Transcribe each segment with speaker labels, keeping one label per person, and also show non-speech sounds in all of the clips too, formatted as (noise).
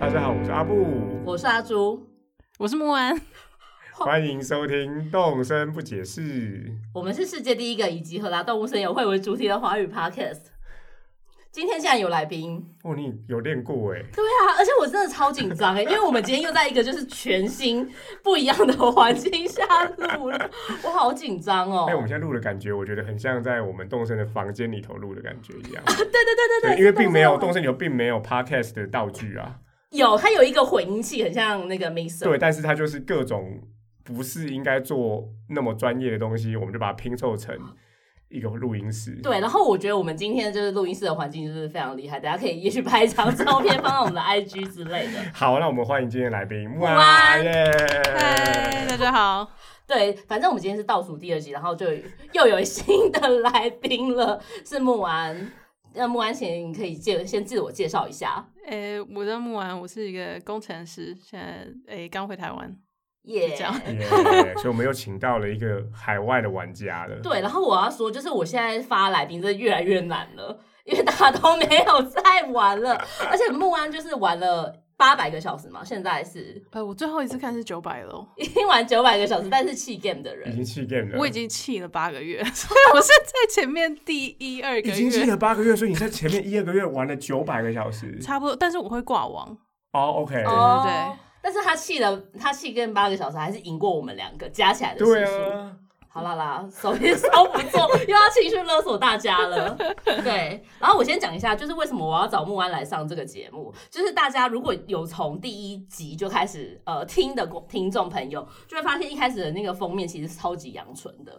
Speaker 1: 大家好，我是阿布，
Speaker 2: 我是阿朱，
Speaker 3: 我是木安，
Speaker 1: 欢迎收听《动声不解释》。
Speaker 2: 我们是世界第一个以集合达动物声友会为主题的华语 podcast。今天竟然有来宾，
Speaker 1: 哦，你有练过哎？
Speaker 2: 对啊，而且我真的超紧张哎，因为我们今天又在一个就是全新不一样的环境下录了，我好紧张哦
Speaker 1: 哎、。我们现在录的感觉，我觉得很像在我们动声的房间里头录的感觉一样。
Speaker 2: 对对对 (laughs) 对
Speaker 1: 对，因为
Speaker 2: 是
Speaker 1: 并没有
Speaker 2: 动
Speaker 1: 动声流，并没有 podcast 的道具啊。
Speaker 2: 有它有一个混音器，很像那个 mixer。
Speaker 1: 对，但是它就是各种不是应该做那么专业的东西，我们就把它拼凑成一个录音室。
Speaker 2: 对，然后我觉得我们今天就是录音室的环境就是非常厉害，大家可以也许拍一张照片放到我们的 IG 之类的。
Speaker 1: 好，那我们欢迎今天的来宾木
Speaker 2: 木
Speaker 1: 安
Speaker 2: 安
Speaker 1: 耶！
Speaker 3: 嗨，大家好，
Speaker 2: 对，反正我们今天是倒数第二集，然后就又有新的来宾了，是木安。那木安，请你可以介先自我介绍一下。
Speaker 3: 诶、呃我叫木丸，我是一个工程师，现在诶刚、回台湾，
Speaker 2: 耶、
Speaker 3: 这样
Speaker 1: 耶所以我们又请到了一个海外的玩家了。
Speaker 2: (laughs) 对，然后我要说，就是我现在发来宾真的越来越难了，因为大家都没有在玩了，而且木安就是玩了八百个小时嘛，现在是
Speaker 3: 呃，我最后一次看是九百喽，
Speaker 2: 已经玩九百个小时，但是弃 game 的
Speaker 1: 已
Speaker 2: 人，
Speaker 1: 经弃 game 了，
Speaker 3: 我已经气了八个月， (laughs) 所以我是在前面第一二个
Speaker 1: 已经记
Speaker 3: 月
Speaker 1: 了八个月，所以你在前面一二个月玩了九百个小
Speaker 2: (laughs)
Speaker 1: 时。
Speaker 3: 差不多，但是我会挂网，
Speaker 1: 哦，OK、o
Speaker 2: 哦
Speaker 3: 对。
Speaker 2: 但是他弃了，他弃 game 八个小时，还是赢过我们两个加起来
Speaker 1: k
Speaker 2: 的时数。
Speaker 1: 对啊，
Speaker 2: 好啦啦，手也收不住， (laughs) 又要情绪勒索大家了。对，然后我先讲一下，就是为什么我要找木安来上这个节目，就是大家如果有从第一集就开始呃听的观听众朋友，就会发现一开始的那个封面其实是超级阳春的，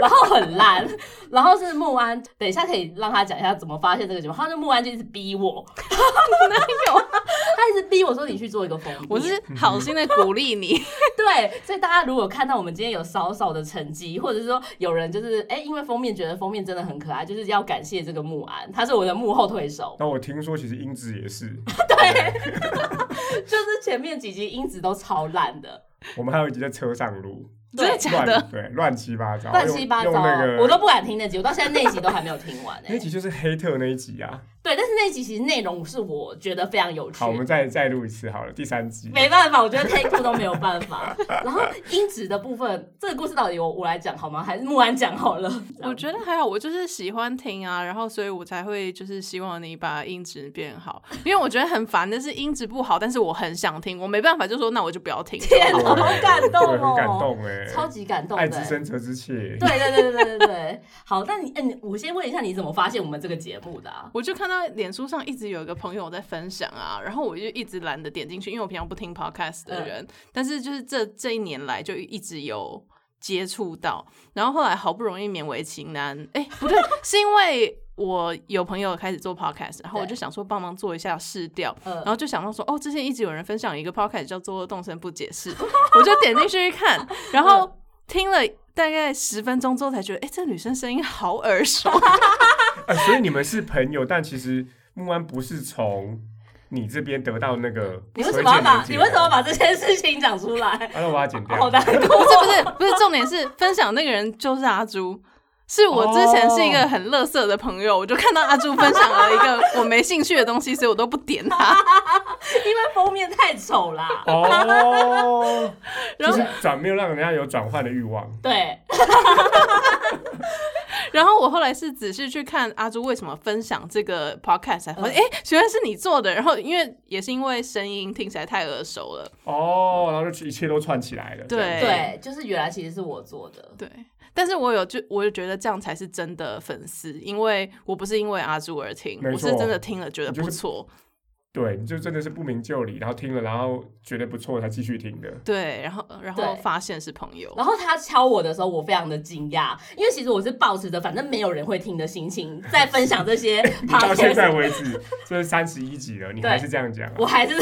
Speaker 2: 然后很烂，然后是木安，等一下可以让他讲一下怎么发现这个节目。他说木安就一直逼我， (laughs) 哪有？他一直逼我说你去做一个封面，
Speaker 3: 我是好心的鼓励 (laughs) 你，
Speaker 2: (laughs) 对，所以大家如果看到我们今天有少少的成绩，或者是说有人就是哎、诶因为封面觉得封面真的很可爱，就是要感谢这个木安，他是我的幕后推手。 (laughs)
Speaker 1: 那我听说其实英子也是，
Speaker 2: 就是前面几集音质都超烂的，
Speaker 1: 我们还有一集在车上
Speaker 2: (laughs)
Speaker 1: 录，
Speaker 3: 真的假的？
Speaker 1: 乱对乱七八糟，
Speaker 2: 乱七八糟，
Speaker 1: 用用那个
Speaker 2: 我都不敢听那集，我到现在那集都还没有听完、
Speaker 1: (laughs) 那
Speaker 2: 哎，
Speaker 1: 集就是黑特那一集啊。
Speaker 2: 对，但是那集其实内容是我觉得非常有趣
Speaker 1: 好，。我们再再录一次好了，第三集。
Speaker 2: 没办法，我觉得 take two 都没有办法。然后音质的部分，这个故事到底我我来讲好吗？还是木安讲好了？
Speaker 1: 呃
Speaker 2: 这样
Speaker 3: 我觉得还好，我就是喜欢听啊，然后所以我才会就是希望你把音质变好，因为我觉得很烦的是音质不好，但是我很想听，我没办法就说那我就不 (laughs) 要听就好。
Speaker 2: 天哪， (laughs) 好感动
Speaker 1: 对
Speaker 2: 哦，
Speaker 1: 很感动哎、
Speaker 2: 超级感动的、欸
Speaker 1: 爱之深责之切。
Speaker 2: 对对对对对对对，好，那你，嗯、你我先问一下，你怎么发现我们这个节目的、啊？
Speaker 3: 我就看到脸书上一直有一个朋友在分享啊，然后我就一直懒得点进去，因为我平常不听 podcast
Speaker 2: 嗯
Speaker 3: 的人，但是就是这这一年来就一直有接触到，然后后来好不容易勉为其难，哎，不
Speaker 2: (laughs)
Speaker 3: 对，是因为。我有朋友开始做 podcast，然后我就
Speaker 2: 对
Speaker 3: 想说帮忙做一下试调，
Speaker 2: 嗯
Speaker 3: 然后就想到说，哦，之前一直有人分享一个 podcast 叫做《动声不解释》， (laughs) 我就点进去看，
Speaker 2: 嗯
Speaker 3: 然后听了大概十分钟之后才觉得，哎，这女生声音好耳熟，
Speaker 1: 呃，所以你们是朋友，但其实木安不是从你这边得到那个
Speaker 2: 你
Speaker 1: 推荐
Speaker 2: 为什
Speaker 1: 连接的。
Speaker 2: 么要把你为什么要把这件事情讲出来？
Speaker 1: 啊？那我把它剪掉。
Speaker 2: 好难过，
Speaker 3: 不是不是不是，重点是分享那个人就是阿朱，是我之前是
Speaker 1: 哦
Speaker 3: 一个很乐色的朋友，我就看到阿朱分享了一个我没兴趣的东西，所以我都不点他。 (laughs)
Speaker 2: 因为封面太丑啦。
Speaker 1: 哦，
Speaker 3: (laughs) 然
Speaker 1: 就
Speaker 3: 后
Speaker 1: 是转没有让人家有转换的欲望。
Speaker 2: 对，
Speaker 3: 然后我后来是仔细去看阿朱为什么分享这个 podcast，才发
Speaker 1: 嗯
Speaker 3: 现哎，原来是你做的。然后因为也是因为声音听起来太耳熟了，
Speaker 1: 哦，然后就一切都串起来了。
Speaker 3: 对
Speaker 1: 这样
Speaker 2: 对，就是原来其实是我做的。
Speaker 3: 对。但是我有就我就觉得这样才是真的粉丝，因为我不是因为阿朱而听，
Speaker 1: 没
Speaker 3: 我是
Speaker 1: 错
Speaker 3: 真的听了觉得
Speaker 1: 你就
Speaker 3: 不
Speaker 1: 是
Speaker 3: 错。
Speaker 1: 对，你就真的是不明就里，然后听了，然后觉得不错才继续听的。
Speaker 3: 对，然后然后
Speaker 2: 对
Speaker 3: 发现是朋友，
Speaker 2: 然后他敲我的时候，我非常的惊讶，因为其实我是抱持着反正没有人会听的心情在分享
Speaker 1: (laughs)
Speaker 2: 这些
Speaker 1: 到现
Speaker 2: podcast，
Speaker 1: 在为止，这是三十一集了，你还是这样讲、啊
Speaker 2: 我，还是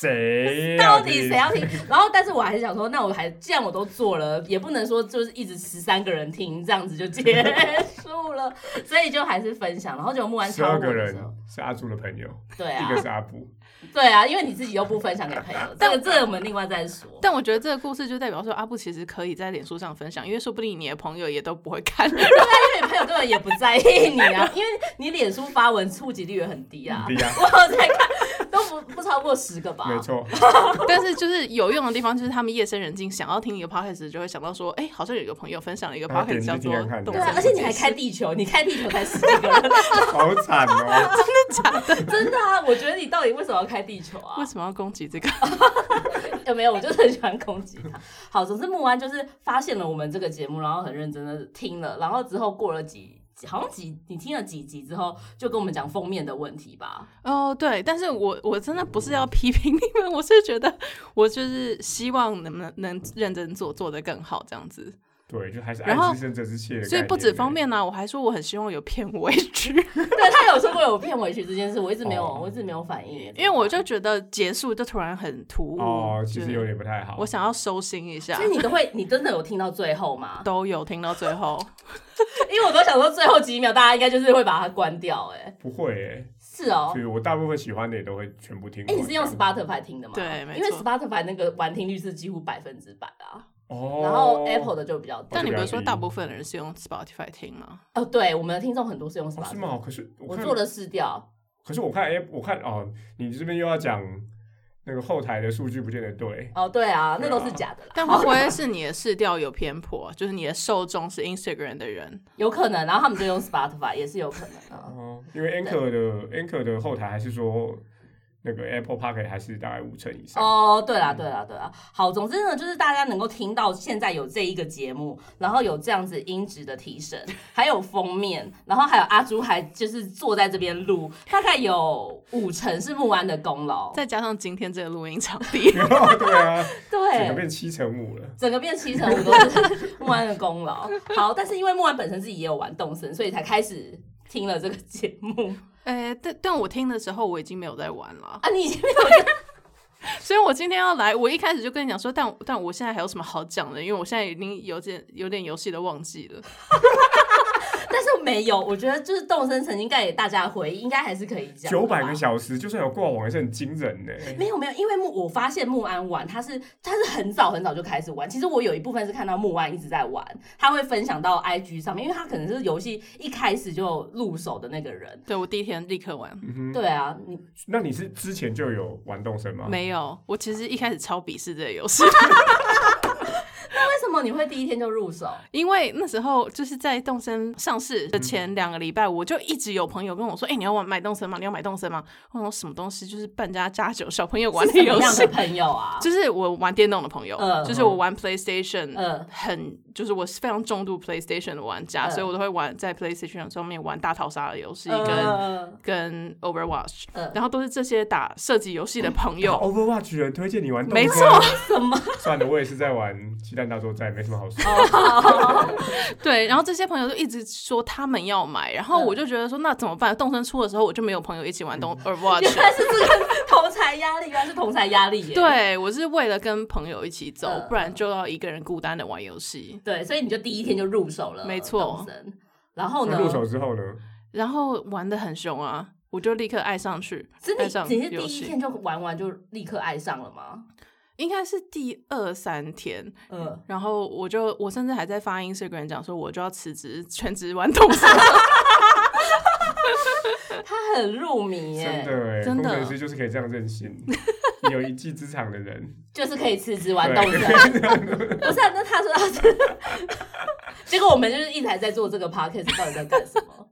Speaker 1: 谁啊、
Speaker 2: 到底谁要听？然后，但是我还是想说，那我还既然我都做了，也不能说就是一直十三个人听这样子就结束了，所以就还是分享。然后就木完
Speaker 1: 十
Speaker 2: 敲我
Speaker 1: 二个
Speaker 2: 的时
Speaker 1: 人
Speaker 2: 候，
Speaker 1: 是阿朱的朋友，
Speaker 2: 对
Speaker 1: 一
Speaker 2: 啊
Speaker 1: 个，是阿布。
Speaker 2: 对啊，因为你自己又不分享给朋友，这个这个我们另外再说。
Speaker 3: 但我觉得这个故事就代表说，阿布其实可以在脸书上分享，因为说不定你的朋友也都不
Speaker 2: (laughs)
Speaker 3: 会看。 (laughs)
Speaker 2: 对，因为你朋友根本也不在
Speaker 1: (laughs)
Speaker 2: 意你啊，因为你脸书发文触及率也很低啊，
Speaker 1: 很低啊
Speaker 2: 我有在看，都不不超超过十个吧？
Speaker 1: 没错，
Speaker 3: 但是就是有用的地方，就是他们夜深人静想要听一个 podcast，就会想到说，哎、好像有一个朋友分享了一个
Speaker 1: 啊点
Speaker 3: podcast 叫
Speaker 1: 进去
Speaker 3: 做
Speaker 1: 看看
Speaker 3: 《动
Speaker 2: 对啊，
Speaker 3: 森
Speaker 2: 而且你
Speaker 3: 解
Speaker 2: 还
Speaker 3: 释
Speaker 2: 开地球，你开地球才十几个 (laughs) 人，
Speaker 1: 好惨哦！
Speaker 2: 真的啊！我觉得你到底为什么要开地球啊
Speaker 3: 为？什么要攻击这个？ (laughs)
Speaker 2: 有没有？我 (laughs) 就是很喜欢攻击他。好，总之木安就是发现了我们这个节目，然后很认真的听了，然后之后过了几。几好像几你听了几集之后，就跟我们讲封面的问题吧。
Speaker 3: 哦，对，但是我我真的不是要批评你们，我是觉得我就是希望能不能能认真做，做得更好这样子。
Speaker 1: 对，就还是爱
Speaker 3: 然后
Speaker 1: 之深责之切的概念。
Speaker 3: 所以不止方面呢、我还说我很希望有片尾曲，
Speaker 2: 对他有说过有骗回去这件事，我一直没有，
Speaker 1: 哦
Speaker 2: 我一直没有反应，
Speaker 3: 因为我就觉得结束就突然很突兀，
Speaker 1: 哦，其
Speaker 3: 就
Speaker 1: 实
Speaker 3: 是
Speaker 1: 有点不太好。
Speaker 3: 我想要收心一下
Speaker 2: 所以，你都会，你真的有听到最后吗？ (laughs)
Speaker 3: 都有听到最 (laughs) 后。
Speaker 2: 因为我都想说最后几秒大家应该就是会把它关掉、哎，
Speaker 1: 不会耶，
Speaker 2: 是哦
Speaker 1: 所。以我大部分喜欢的也都会全部听完。
Speaker 2: 哎、你是用 Spotify 听的吗？
Speaker 3: 对没
Speaker 2: 因为
Speaker 3: 错
Speaker 2: Spotify 那个完听率是几乎百分之百啊，
Speaker 1: 哦，
Speaker 2: 然后 Apple 的就比较低。
Speaker 3: 但你不是说
Speaker 1: 低
Speaker 3: 大部分人是用 Spotify 听吗？
Speaker 2: 哦，对，我们的听众很多是用
Speaker 1: 哦是
Speaker 2: Spotify，、
Speaker 1: 吗？可是我
Speaker 2: 我
Speaker 1: 看
Speaker 2: 做了试调，
Speaker 1: 可是我看 App，我看哦，你这边又要讲那个后台的数据不见得对，
Speaker 2: 哦，对啊，
Speaker 1: 对
Speaker 2: 那
Speaker 1: 啊
Speaker 2: 都是假的啦，
Speaker 3: 但会不会是你的试调有偏颇？ (laughs) 就是你的受众是 Instagram 的人？
Speaker 2: 有可能，然后他们就用 Spotify 也是有可能啊。
Speaker 1: 哦，因为 Anchor 的 Anchor 的后台还是说那个 Apple Park 还是大概五成以上。
Speaker 2: 哦，对
Speaker 1: 嗯
Speaker 2: 啦，对啦，对啦。好，总之呢，就是大家能够听到现在有这一个节目，然后有这样子音质的提升，还有封面，然后还有阿朱还就是坐在这边录，大概有五成是木安的功劳。
Speaker 3: 再加上今天这个录音场 (laughs)
Speaker 1: (laughs)
Speaker 3: 地，
Speaker 1: 对啊，整个
Speaker 2: (laughs) 对，
Speaker 1: 变七成五了。
Speaker 2: 整个变七成五都是木安的功劳。好，但是因为木安本身自己也有玩动森，所以才开始听了这个节目
Speaker 3: 哎、但但我听的时候我已经没有在玩了，
Speaker 2: 啊。你已经没有
Speaker 3: (laughs) 所以我今天要来，我一开始就跟你讲说，但但我现在还有什么好讲的？因为我现在已经有点有点游戏的忘记了。
Speaker 2: 但是没有，我觉得就是动森曾经带给大家的回忆，应该还是可以讲的吧。
Speaker 1: 九百个小时，就算有挂网也是很惊人的。
Speaker 2: 没有没有，因为木我发现木安玩，他是他是很早很早就开始玩。其实我有一部分是看到木安一直在玩，他会分享到 IG 上面，因为他可能是游戏一开始就入手的那个人。
Speaker 3: 对我第一天立刻玩，
Speaker 1: 嗯哼，
Speaker 2: 对啊，你
Speaker 1: 那你是之前就有玩动森吗？
Speaker 3: 没有，我其实一开始超鄙视这个游戏，
Speaker 2: 那为什么你会第一天就入手？
Speaker 3: 因为那时候就是在动森上市
Speaker 2: 嗯
Speaker 3: 的前两个礼拜，我就一直有朋友跟我说，哎、你要玩买动森吗？你要买动森吗？我说什么东西，就是扮家家酒小朋友玩
Speaker 2: 是
Speaker 3: 的
Speaker 2: 什
Speaker 3: 游
Speaker 2: 么样
Speaker 3: 戏
Speaker 2: 的，朋友啊？
Speaker 3: (laughs) 就是我玩电动的朋友，
Speaker 2: 嗯
Speaker 3: 就是我玩 PlayStation，、
Speaker 2: 嗯
Speaker 3: 很就是我是非常重度 PlayStation 的玩家，
Speaker 2: 嗯
Speaker 3: 所以我都会玩在 PlayStation 上面玩大逃杀的游戏跟、
Speaker 2: 呃，
Speaker 3: 跟 Overwatch，、
Speaker 2: 嗯
Speaker 3: 然后都是这些打射击游戏的朋
Speaker 1: 有
Speaker 3: 友。
Speaker 1: 啊 Overwatch 人推荐你玩动
Speaker 3: 没
Speaker 1: 森，
Speaker 3: 错，
Speaker 2: 什么？
Speaker 1: 算了，我也是在玩鸡蛋大作战，没什么好说。
Speaker 3: 对，然后这些朋友就一直说他们要买，然后
Speaker 2: 嗯
Speaker 3: 我就觉得说那怎么办？动身出的时候我就没有朋友一起玩动呃
Speaker 2: 原 (laughs)
Speaker 3: Overwatch，
Speaker 2: 来是这个同才压力，原来是同才压力耶。
Speaker 3: 对我是为了跟朋友一起走，
Speaker 2: 嗯
Speaker 3: 不然就要一个人孤单的玩游戏。
Speaker 2: 对，所以你就第一天就入手了，
Speaker 3: 没错。
Speaker 2: 然后呢
Speaker 1: 那？入手之后呢？
Speaker 3: 然后玩的很凶啊，我就立刻爱上去，
Speaker 2: 是你
Speaker 3: 爱上
Speaker 2: 只是
Speaker 3: 游
Speaker 2: 第一
Speaker 3: 戏
Speaker 2: 天就玩完就立刻爱上了吗？
Speaker 3: 应该是第二三天，
Speaker 2: 嗯，
Speaker 3: 然后我就我甚至还在发 Instagram 讲说我就要辞职全职玩动森，
Speaker 2: 他很入迷耶，
Speaker 1: 真的哎，
Speaker 3: 真的
Speaker 1: 工程师就是可以这样任性，你有一技之长的人，
Speaker 2: 就是可以辞职玩动
Speaker 1: (laughs)
Speaker 2: 森。不是、啊，那他说他是，结果我们就是一直还在做这个 podcast，到底在干什么？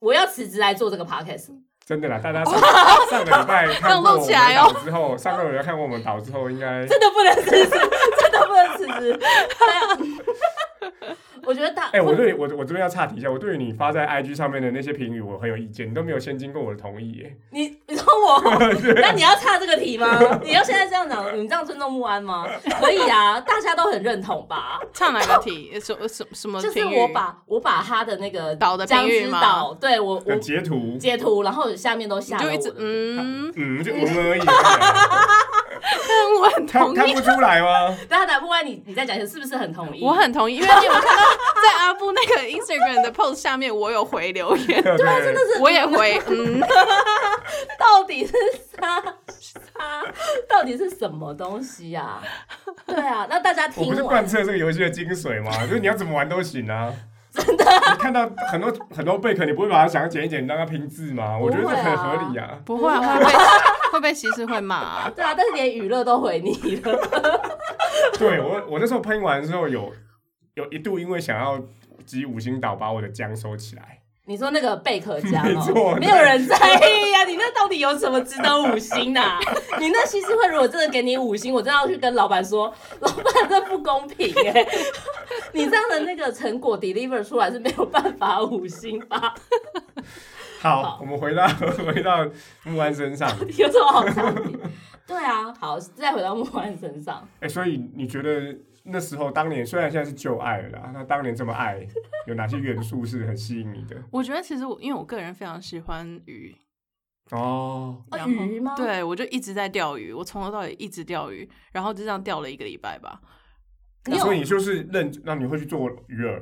Speaker 2: 我要辞职来做这个 podcast，
Speaker 1: 真的啦。大家上 (laughs) 上个礼拜看过我
Speaker 3: 弄
Speaker 1: 们
Speaker 3: 起来哦
Speaker 1: 导之后，上个礼拜看过我们导之后，应该
Speaker 2: 真的不能辞职，真的不能辞职。对啊我觉得他，
Speaker 1: 哎，我对我我这边要岔题一下，我对于你发在 IG 上面的那些评语，我很有意见，你都没有先经过我的同意
Speaker 2: (laughs)
Speaker 1: 耶。
Speaker 2: 你你说我，
Speaker 1: (laughs)
Speaker 2: 那你要岔这个题吗？你要现在这样讲，你这样尊重木安吗？可以啊，大家都很认同吧？
Speaker 3: (laughs) 唱哪个题？什么什么什么
Speaker 2: 就是
Speaker 3: 评语？
Speaker 2: 我把我把他的那个
Speaker 3: 岛的评
Speaker 2: 僵
Speaker 3: 语
Speaker 2: 尸
Speaker 3: 吗
Speaker 2: 岛，对我
Speaker 1: 那
Speaker 2: 我
Speaker 1: 截图，
Speaker 2: 截图，然后下面都
Speaker 3: 你
Speaker 2: 下了
Speaker 3: 就
Speaker 2: 我
Speaker 3: 一直
Speaker 2: 的
Speaker 3: 嗯，
Speaker 1: 嗯，就嗯而已而
Speaker 3: 但 (laughs) 我很
Speaker 1: 已，看
Speaker 3: 同
Speaker 1: 看
Speaker 3: 意，
Speaker 1: 不出来吗？
Speaker 2: 大家打不完你，你再讲一次，是不是很同意？
Speaker 3: 我很同意，因为你有看到在阿布那个 Instagram 的 post 下面，我有回
Speaker 2: (laughs)
Speaker 3: 留言，
Speaker 1: 对，真的
Speaker 3: 我也回嗯，
Speaker 2: 到底是啥啥？到底是什么东西呀、对啊，那大家
Speaker 1: 我
Speaker 2: 听
Speaker 1: 不是
Speaker 2: 完
Speaker 1: 贯彻这个游戏的精髓吗？就是你要怎么玩都行啊。真的，你看到很多很多贝壳，你不会把它想要剪一剪，让它拼字吗？我觉得这
Speaker 2: 不会啊
Speaker 1: 很合理啊。
Speaker 3: 不会啊会被会被西施会骂啊。
Speaker 2: 对啊，但是连娱乐都回你了，
Speaker 1: 对我，我那时候喷完之后有有一度因为想要集五星岛把我的姜收起来，
Speaker 2: 你说那个贝壳家
Speaker 1: 没错
Speaker 2: 哦，没有人在意呀、你那到底有什么值得五星的、啊？你那西施会如果真的给你五星，我真的要去跟老板说，老板这不公平哎、 (laughs) 你这样的那个成果 deliver 出来是没有办法五星吧？
Speaker 1: 好，
Speaker 2: 好
Speaker 1: 我们回到 (laughs) 回到木安身上。
Speaker 2: (laughs) 有什么好差别？对啊，好，再回到木兰身上，
Speaker 1: 哎、所以你觉得那时候当年虽然现在是旧爱了啦，那当年这么爱，有哪些元素是很吸引你的？
Speaker 3: 我觉得其实我因为我个人非常喜欢鱼，
Speaker 1: 哦，
Speaker 2: 哦
Speaker 3: 然后
Speaker 2: 鱼吗？，
Speaker 3: 对我就一直在钓鱼，我从头到尾一直钓鱼，然后就这样钓了一个礼拜吧。
Speaker 2: 你
Speaker 1: 所以
Speaker 2: 有
Speaker 1: 你就是认，那你会去做鱼饵？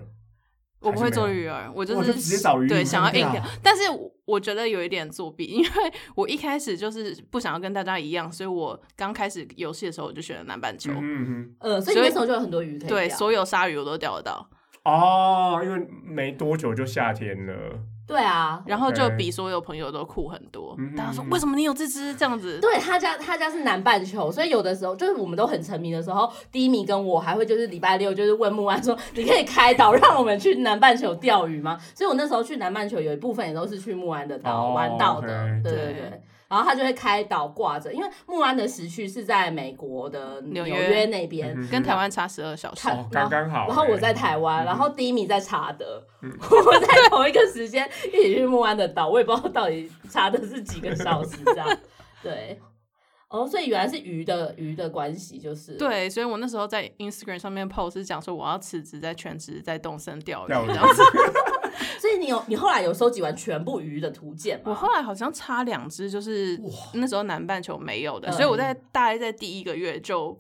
Speaker 3: 我不会
Speaker 1: 还是没有
Speaker 3: 做鱼饵，我就
Speaker 1: 哇
Speaker 3: 是
Speaker 1: 就直接找鱼啊
Speaker 3: 对
Speaker 1: 你
Speaker 3: 想要
Speaker 1: 看
Speaker 3: 硬
Speaker 1: 掉
Speaker 3: 钓，但是我我觉得有一点作弊，因为 (laughs) 我一开始就是不想要跟大家一样，所以我刚开始游戏的时候我就选了南半
Speaker 1: 嗯
Speaker 3: 球，
Speaker 1: 哼嗯
Speaker 2: 呃，所以
Speaker 3: 所
Speaker 2: 你
Speaker 3: 以
Speaker 2: 那时候就有很多鱼可以啊
Speaker 3: 对，
Speaker 2: 钓
Speaker 3: 所有鲨鱼我都钓得到，
Speaker 1: 哼，哦，因为没多久就夏天了，
Speaker 2: 对啊，
Speaker 3: 然后就
Speaker 1: OK
Speaker 3: 比所有朋友都酷很多。
Speaker 1: 嗯
Speaker 3: 大家说
Speaker 1: 嗯嗯
Speaker 3: 为什么你有这只这样子？
Speaker 2: 对他家，他家是南半球，所以有的时候就是我们都很沉迷的时候，低迷跟我还会就是礼拜六就是问木安说，你可以开导让我们去南半球钓鱼吗？ (laughs) 所以我那时候去南半球有一部分也都是去木安的岛、
Speaker 1: 哦
Speaker 2: 玩到的
Speaker 1: OK
Speaker 2: 对对对。然后他就会开岛挂着，因为木安的时区是在美国的纽
Speaker 3: 纽约
Speaker 2: 约那边，
Speaker 1: 嗯哼
Speaker 3: 跟台湾差十二小时
Speaker 2: 看，
Speaker 1: 哦，刚刚好、
Speaker 2: 然后我在
Speaker 1: 哎
Speaker 2: 台湾，
Speaker 1: 嗯
Speaker 2: 然后低迷在查德， (laughs) 我们在同一个时间一起去木安的岛，我也不知道到底查的是几个小时
Speaker 1: (laughs)
Speaker 2: 这样。对，哦，所以原来是鱼的鱼的关系，就是
Speaker 3: 对，所以我那时候在 Instagram 上面 post 是讲说我要辞职，在全职在动森钓鱼
Speaker 1: 钓鱼
Speaker 3: (laughs) 这样子。
Speaker 2: 所以你有你后来有收集完全部鱼的图鉴
Speaker 3: 我
Speaker 2: 吗？
Speaker 3: 后来好像差两只，就是那时候南半球没有的，
Speaker 2: 嗯
Speaker 3: 所以我在大概在第一个月就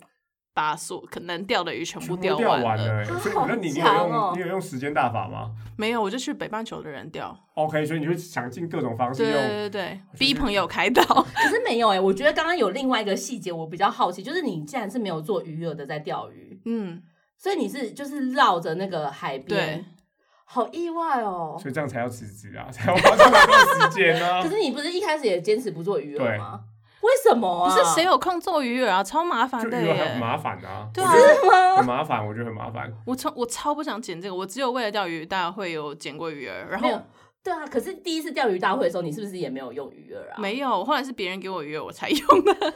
Speaker 3: 把所可能钓的鱼全部
Speaker 1: 全部 (laughs)
Speaker 3: 钓
Speaker 1: 掉
Speaker 3: 了。
Speaker 1: 了、哎
Speaker 2: 好
Speaker 1: 所以那你你有
Speaker 2: 强
Speaker 1: 用、
Speaker 2: 哦
Speaker 1: 你有用时间大法吗
Speaker 3: 没有，我就去北半球的人钓。
Speaker 1: ？OK，所以你会想尽各种方式
Speaker 3: 对
Speaker 1: 用
Speaker 3: 对对对，逼朋友开导。
Speaker 2: 可是没有哎、我觉得刚刚有另外一个细节我比较好奇，就是你竟然是没有做鱼饵的在钓鱼，
Speaker 3: 嗯，
Speaker 2: 所以你是就是绕着那个海边
Speaker 3: (laughs) 对，
Speaker 2: 好意外哦。
Speaker 1: 所以这样才要辞职啊， (laughs) 才要花这么多时间啊呢、
Speaker 3: (laughs)
Speaker 2: 可是你不是一开始也坚持不做鱼饵
Speaker 1: 对
Speaker 2: 吗？为什么
Speaker 3: 不
Speaker 2: 啊？
Speaker 3: 是谁有空做鱼饵啊？超麻烦
Speaker 1: 就
Speaker 3: 的
Speaker 1: 因为很
Speaker 3: 耶。
Speaker 1: 麻烦啊，
Speaker 3: 对
Speaker 1: 我
Speaker 3: 啊
Speaker 1: 觉得很麻烦，我觉得很麻烦。
Speaker 3: 我超我超不想捡这个，我只有为了钓鱼大会有捡过鱼饵，然
Speaker 2: 没有
Speaker 3: 后。
Speaker 2: 对啊，可是第一次钓鱼大会的时候，你是不是也没有用鱼饵啊？
Speaker 3: 没有，后来是别人给我鱼饵我才用的。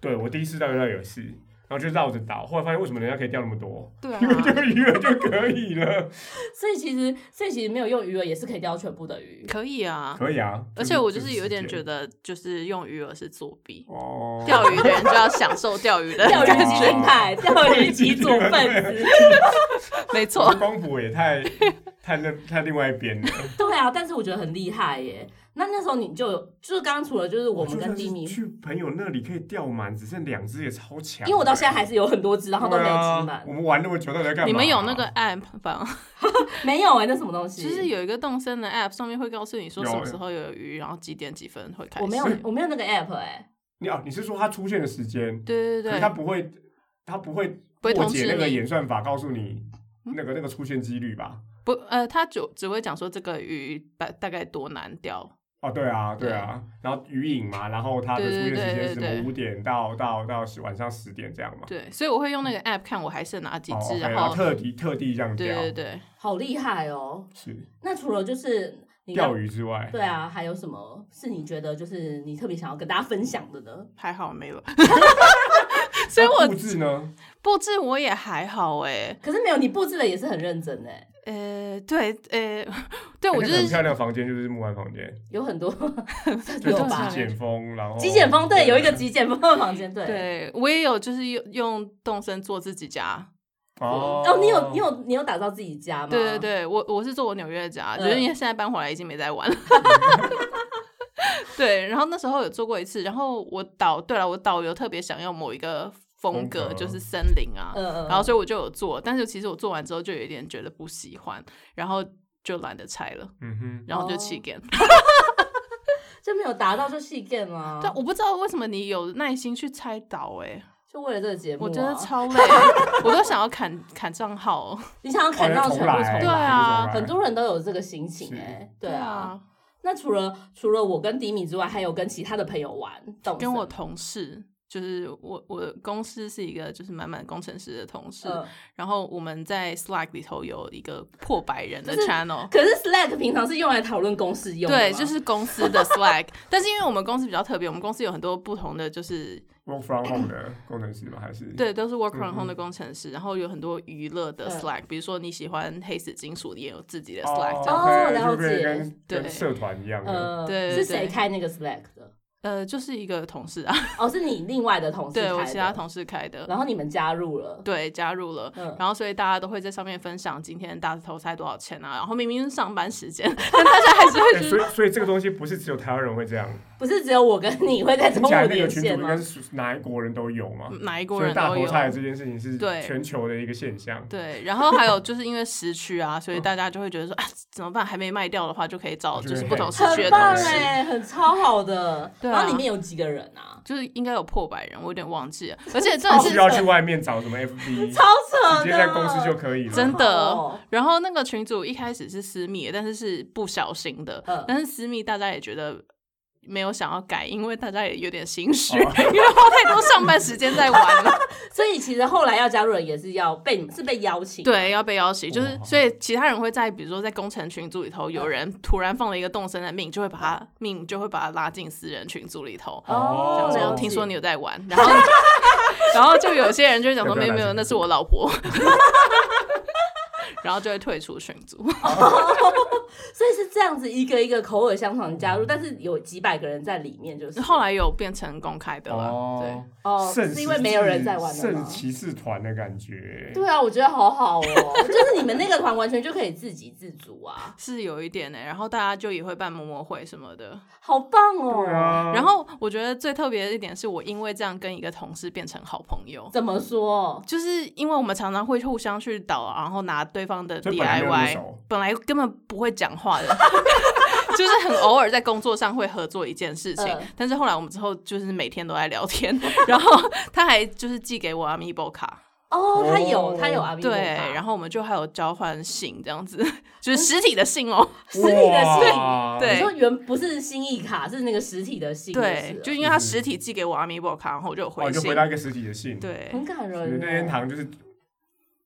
Speaker 1: 对我第一次到那游戏，然后就绕着岛，后来发现为什么人家可以钓那么多，
Speaker 3: 对啊
Speaker 1: 因，为这个鱼饵 (laughs) 就可以了，
Speaker 2: 所以其实，所以其实没有用鱼饵也是可以钓全部
Speaker 1: (laughs)
Speaker 2: 的鱼。
Speaker 3: (laughs) 可以啊。
Speaker 1: 可以啊。
Speaker 3: 而且我就是有一点觉
Speaker 1: 得
Speaker 3: 得，就是用鱼饵是作弊。
Speaker 1: 哦，
Speaker 3: 钓鱼的人就要享受钓鱼
Speaker 2: (laughs)
Speaker 3: 的
Speaker 2: 钓鱼
Speaker 1: 感
Speaker 2: 基
Speaker 1: 觉
Speaker 2: 金派，钓鱼基准分子，
Speaker 3: 没
Speaker 1: 这
Speaker 3: 错，
Speaker 1: 光谱也
Speaker 3: (laughs)
Speaker 1: 太太那太另外一边了，
Speaker 2: 对啊，但是我觉得很厉害耶。那那时候你就有就是刚刚除了就是 (laughs) 我们跟
Speaker 1: 哦就算是
Speaker 2: 低迷，
Speaker 1: 去朋友那里可以钓满，只剩两只也超强的，
Speaker 2: 因为我到现在还是有很多只，然后都没
Speaker 1: 对
Speaker 2: 吃
Speaker 1: 啊
Speaker 2: 满，
Speaker 1: 我，们玩那么久到底在干嘛？啊
Speaker 3: 你们有那个 app 吧？
Speaker 2: 没有哎，那什么东西？
Speaker 3: 就是有一个动森的 app，上面会告诉你说
Speaker 1: 有
Speaker 3: 什么时候有鱼，然后几点几分会开始。
Speaker 2: 我没有，我没有那个 app 哎，
Speaker 1: 你哦，你是说它出现的时间，
Speaker 3: 对对
Speaker 1: 可是
Speaker 3: 对
Speaker 1: 它
Speaker 3: 对，
Speaker 1: 不会，它不会
Speaker 3: 不会
Speaker 1: 破
Speaker 3: 通
Speaker 1: 解
Speaker 3: 知
Speaker 1: 那个
Speaker 3: 你。
Speaker 1: 演算法告诉你那个那个出现几率吧？
Speaker 3: 不，呃，他就只会讲说这个鱼大大概多难钓。
Speaker 1: 哦，对啊，对啊，然后鱼影嘛，然后它的出现时
Speaker 3: 对对对
Speaker 1: 间是什
Speaker 3: 对对
Speaker 1: 么五点到到到晚上十点这样嘛？
Speaker 3: 对，所以我会用那个 app 看我还剩哪几
Speaker 1: 嗯哦
Speaker 3: 只，
Speaker 1: ，OK，
Speaker 3: 然
Speaker 1: 然后
Speaker 3: 后
Speaker 1: 特地特地这样
Speaker 3: 对
Speaker 1: 钓，
Speaker 3: 对对，
Speaker 2: 好厉害哦。
Speaker 1: 是
Speaker 2: 那除了就是你
Speaker 1: 钓鱼之外，
Speaker 2: 对啊，还有什么是你觉得就是你特别想要跟大家分享的呢？
Speaker 3: 还好没了。所以
Speaker 1: 那
Speaker 3: 我
Speaker 1: 布置呢？
Speaker 3: 布置我也还好哎，
Speaker 2: 可是没有，你布置的也是很认真哎，
Speaker 3: 呃，对，呃，对我
Speaker 1: 那
Speaker 3: 就
Speaker 1: 个很
Speaker 3: 是
Speaker 1: 漂亮的房间就是木兰房间，
Speaker 2: 有很多
Speaker 1: 就
Speaker 2: 有
Speaker 1: 是
Speaker 2: 吧
Speaker 1: 极？简风，然后
Speaker 2: 哎极简风对，有一个极简风的房间对。
Speaker 3: 哦对我也有就是用用动森做自己家，
Speaker 1: 哦
Speaker 2: 哦，你有你有你有打造自己家吗？
Speaker 3: 对
Speaker 1: 嗯
Speaker 3: 对，对，我我是做我纽约的家，只是
Speaker 2: 嗯
Speaker 3: 因为现在搬回来已经没
Speaker 1: (laughs)
Speaker 3: 在玩了。对，然后那时候有做过一次，然后我导对了，我导游特别想要某一个风格，
Speaker 1: 风格
Speaker 3: 就是森林啊，
Speaker 2: 嗯嗯，
Speaker 3: 然后所以我就有做，但是其实我做完之后就有一点觉得不喜欢，然后就懒得拆了，
Speaker 1: 嗯哼，
Speaker 3: 然后就
Speaker 2: 哦
Speaker 3: 弃干。
Speaker 2: 就没有达到就细 g 吗？
Speaker 3: 但我不知道为什么你有耐心去拆岛、欸，
Speaker 2: 就为了这个节目啊，
Speaker 3: 我觉得超 (laughs) 累，我都想要砍砍账号。
Speaker 2: 你想要砍到全部
Speaker 1: 哦要重来
Speaker 2: 重
Speaker 3: 对啊
Speaker 1: 重来
Speaker 2: 很多人都有这个心情欸
Speaker 1: 是
Speaker 2: 哎，对啊。那除了除了我跟迪米之外，还有跟其他的朋友玩动
Speaker 3: 跟我
Speaker 2: 森
Speaker 3: 同事，就是我我的公司是一个就是满满工程师的同事，
Speaker 2: 呃
Speaker 3: 然后我们在 Slack 里头有一个破百人的 (laughs)
Speaker 2: 就是
Speaker 3: channel，
Speaker 2: 可是 Slack 平常是用来讨论公事用的吗，
Speaker 3: 对，就是公司的 Slack，但是因为我们公司比较特别，我们公司有很多不同的，就是
Speaker 1: ，work from home 的工程师吗？还是，
Speaker 3: 对，都是 work
Speaker 1: 嗯
Speaker 3: from
Speaker 1: 嗯
Speaker 3: home 的工程师，然后有很多娱乐的
Speaker 2: 嗯
Speaker 3: Slack，、比如说你喜欢黑死金属，你也有自己的
Speaker 1: 哦
Speaker 3: Slack，、这样
Speaker 2: 哦
Speaker 1: ，OK，
Speaker 2: 了
Speaker 1: 就变
Speaker 2: 解
Speaker 1: 成跟
Speaker 3: 对
Speaker 1: 跟社团一样的，
Speaker 2: 呃，
Speaker 3: 对
Speaker 2: 是
Speaker 3: 对
Speaker 2: 谁
Speaker 3: 对
Speaker 2: 开那个 Slack 的？
Speaker 3: 呃，就是一个同事啊，
Speaker 2: 哦，是你另外的同事开
Speaker 3: 对
Speaker 2: 的，
Speaker 3: 我其他同事开的，
Speaker 2: 然后你们加入了，
Speaker 3: 对，加入了。
Speaker 2: 嗯，
Speaker 3: 然后，所以大家都会在上面分享今天大字头猜多少钱啊。然后明明是上班时间，但大家还是会
Speaker 1: 哎
Speaker 3: 去
Speaker 1: (laughs) 所以所以这个东西不是只有台湾人会这样，
Speaker 2: 不是只有我跟你会在中
Speaker 1: 听起来
Speaker 2: 午
Speaker 1: 那个
Speaker 2: 连
Speaker 1: 群组
Speaker 2: 线
Speaker 1: 应
Speaker 2: 吗
Speaker 1: 该？是哪一国人都有嘛，
Speaker 3: 哪一嗯国
Speaker 1: 所以
Speaker 3: 人
Speaker 1: 大
Speaker 3: 都
Speaker 1: 头
Speaker 3: 有。
Speaker 1: 菜这件事情是
Speaker 3: 对
Speaker 1: 全球的一个现象。
Speaker 3: 对，然后还有就是因为时区啊，所以
Speaker 1: 嗯
Speaker 3: 大家就会觉得说啊，怎么办？还没卖掉的话，就可以找
Speaker 1: 我觉
Speaker 3: 就
Speaker 1: 得
Speaker 3: 是不同时区
Speaker 2: 很
Speaker 3: 的
Speaker 2: 棒
Speaker 3: 同事，
Speaker 2: 哎、很超好的。
Speaker 3: 对啊
Speaker 2: 然后里面有几个人啊？
Speaker 3: 就是应该有破百人，我有点忘记了。而且真
Speaker 2: 哦
Speaker 3: 的
Speaker 1: 不
Speaker 3: 是
Speaker 1: 需要去外面找什么 FB，
Speaker 2: (laughs) 超扯的，
Speaker 1: 直接在公司就可以了。
Speaker 3: 真的
Speaker 2: 哦
Speaker 3: 然后那个群组一开始是私密的，但是是不小心的，
Speaker 2: 嗯
Speaker 3: 但是私密大家也觉得。没有想要改，因为大家也有点心虚，
Speaker 1: 哦
Speaker 3: (laughs) 因为花太多上班时间在玩了。
Speaker 2: 所以其实后来要加入的也是要被是被邀请，
Speaker 3: 对，要被邀请，就是
Speaker 1: 哇
Speaker 3: 所以其他人会在比如说在工程群组里头，有人突然放了一个动身的命，就会把他命就会把他拉进私人群组里头。
Speaker 2: 哦
Speaker 1: 想
Speaker 3: 然
Speaker 2: 了
Speaker 3: 后
Speaker 2: 解
Speaker 3: 听说你有在玩，然后 (laughs) 然后就有些人就会讲说
Speaker 1: 要不
Speaker 3: 没
Speaker 1: 要
Speaker 3: 有没有，
Speaker 1: 来
Speaker 3: 那是我老婆， (laughs) 然后就会退出群组。
Speaker 2: 所以是这样子一个一个口耳相传
Speaker 1: 嗯
Speaker 2: 加入，但是有几百个人在里面，就是
Speaker 3: 后来有变成公开的了，对。
Speaker 1: 哦，
Speaker 2: 哦，
Speaker 1: 圣
Speaker 2: 是因为没有人在玩了
Speaker 1: 圣
Speaker 2: 吗？
Speaker 1: 骑士团的感觉。
Speaker 2: 对啊，我觉得好好哦，
Speaker 1: (laughs)
Speaker 2: 就是你们那个团完全就可以自给自足啊，
Speaker 3: 是有一点呢、欸然后大家就也会办摸摸会什么的。
Speaker 2: 好棒哦。
Speaker 1: 对啊，
Speaker 3: 然后我觉得最特别的一点是我因为这样跟一个同事变成好朋友，
Speaker 2: 怎么说？
Speaker 3: 就是因为我们常常会互相去导，然后拿对方的
Speaker 1: 所以本来没有那么
Speaker 3: DIY，
Speaker 1: 熟
Speaker 3: 本来根本不会讲话的， (laughs) 就是很偶尔在工作上会合作一件事情，
Speaker 2: 嗯
Speaker 3: 但是后来我们之后就是每天都在聊天， (laughs) 然后他还就是寄给我 Amiibo 卡，
Speaker 2: 哦，他有
Speaker 1: 哦
Speaker 2: 他有阿比
Speaker 3: 对，然后我们就还有交换信这样子，就是实体的信哦，
Speaker 2: 实体的信
Speaker 1: 哇
Speaker 3: (laughs) 对
Speaker 2: 你说原不是心意卡，是那个实体的信，
Speaker 3: 对，
Speaker 2: 就
Speaker 3: 就是因为他实体寄给我 Amiibo 卡，然后我就有
Speaker 1: 嗯哦，
Speaker 3: 回
Speaker 1: 你就
Speaker 3: 信
Speaker 1: 回，嗯到一个实体的信。
Speaker 3: 对，
Speaker 2: 很感
Speaker 1: 你
Speaker 2: 人哦
Speaker 1: 那天
Speaker 2: 耶。
Speaker 1: 堂就是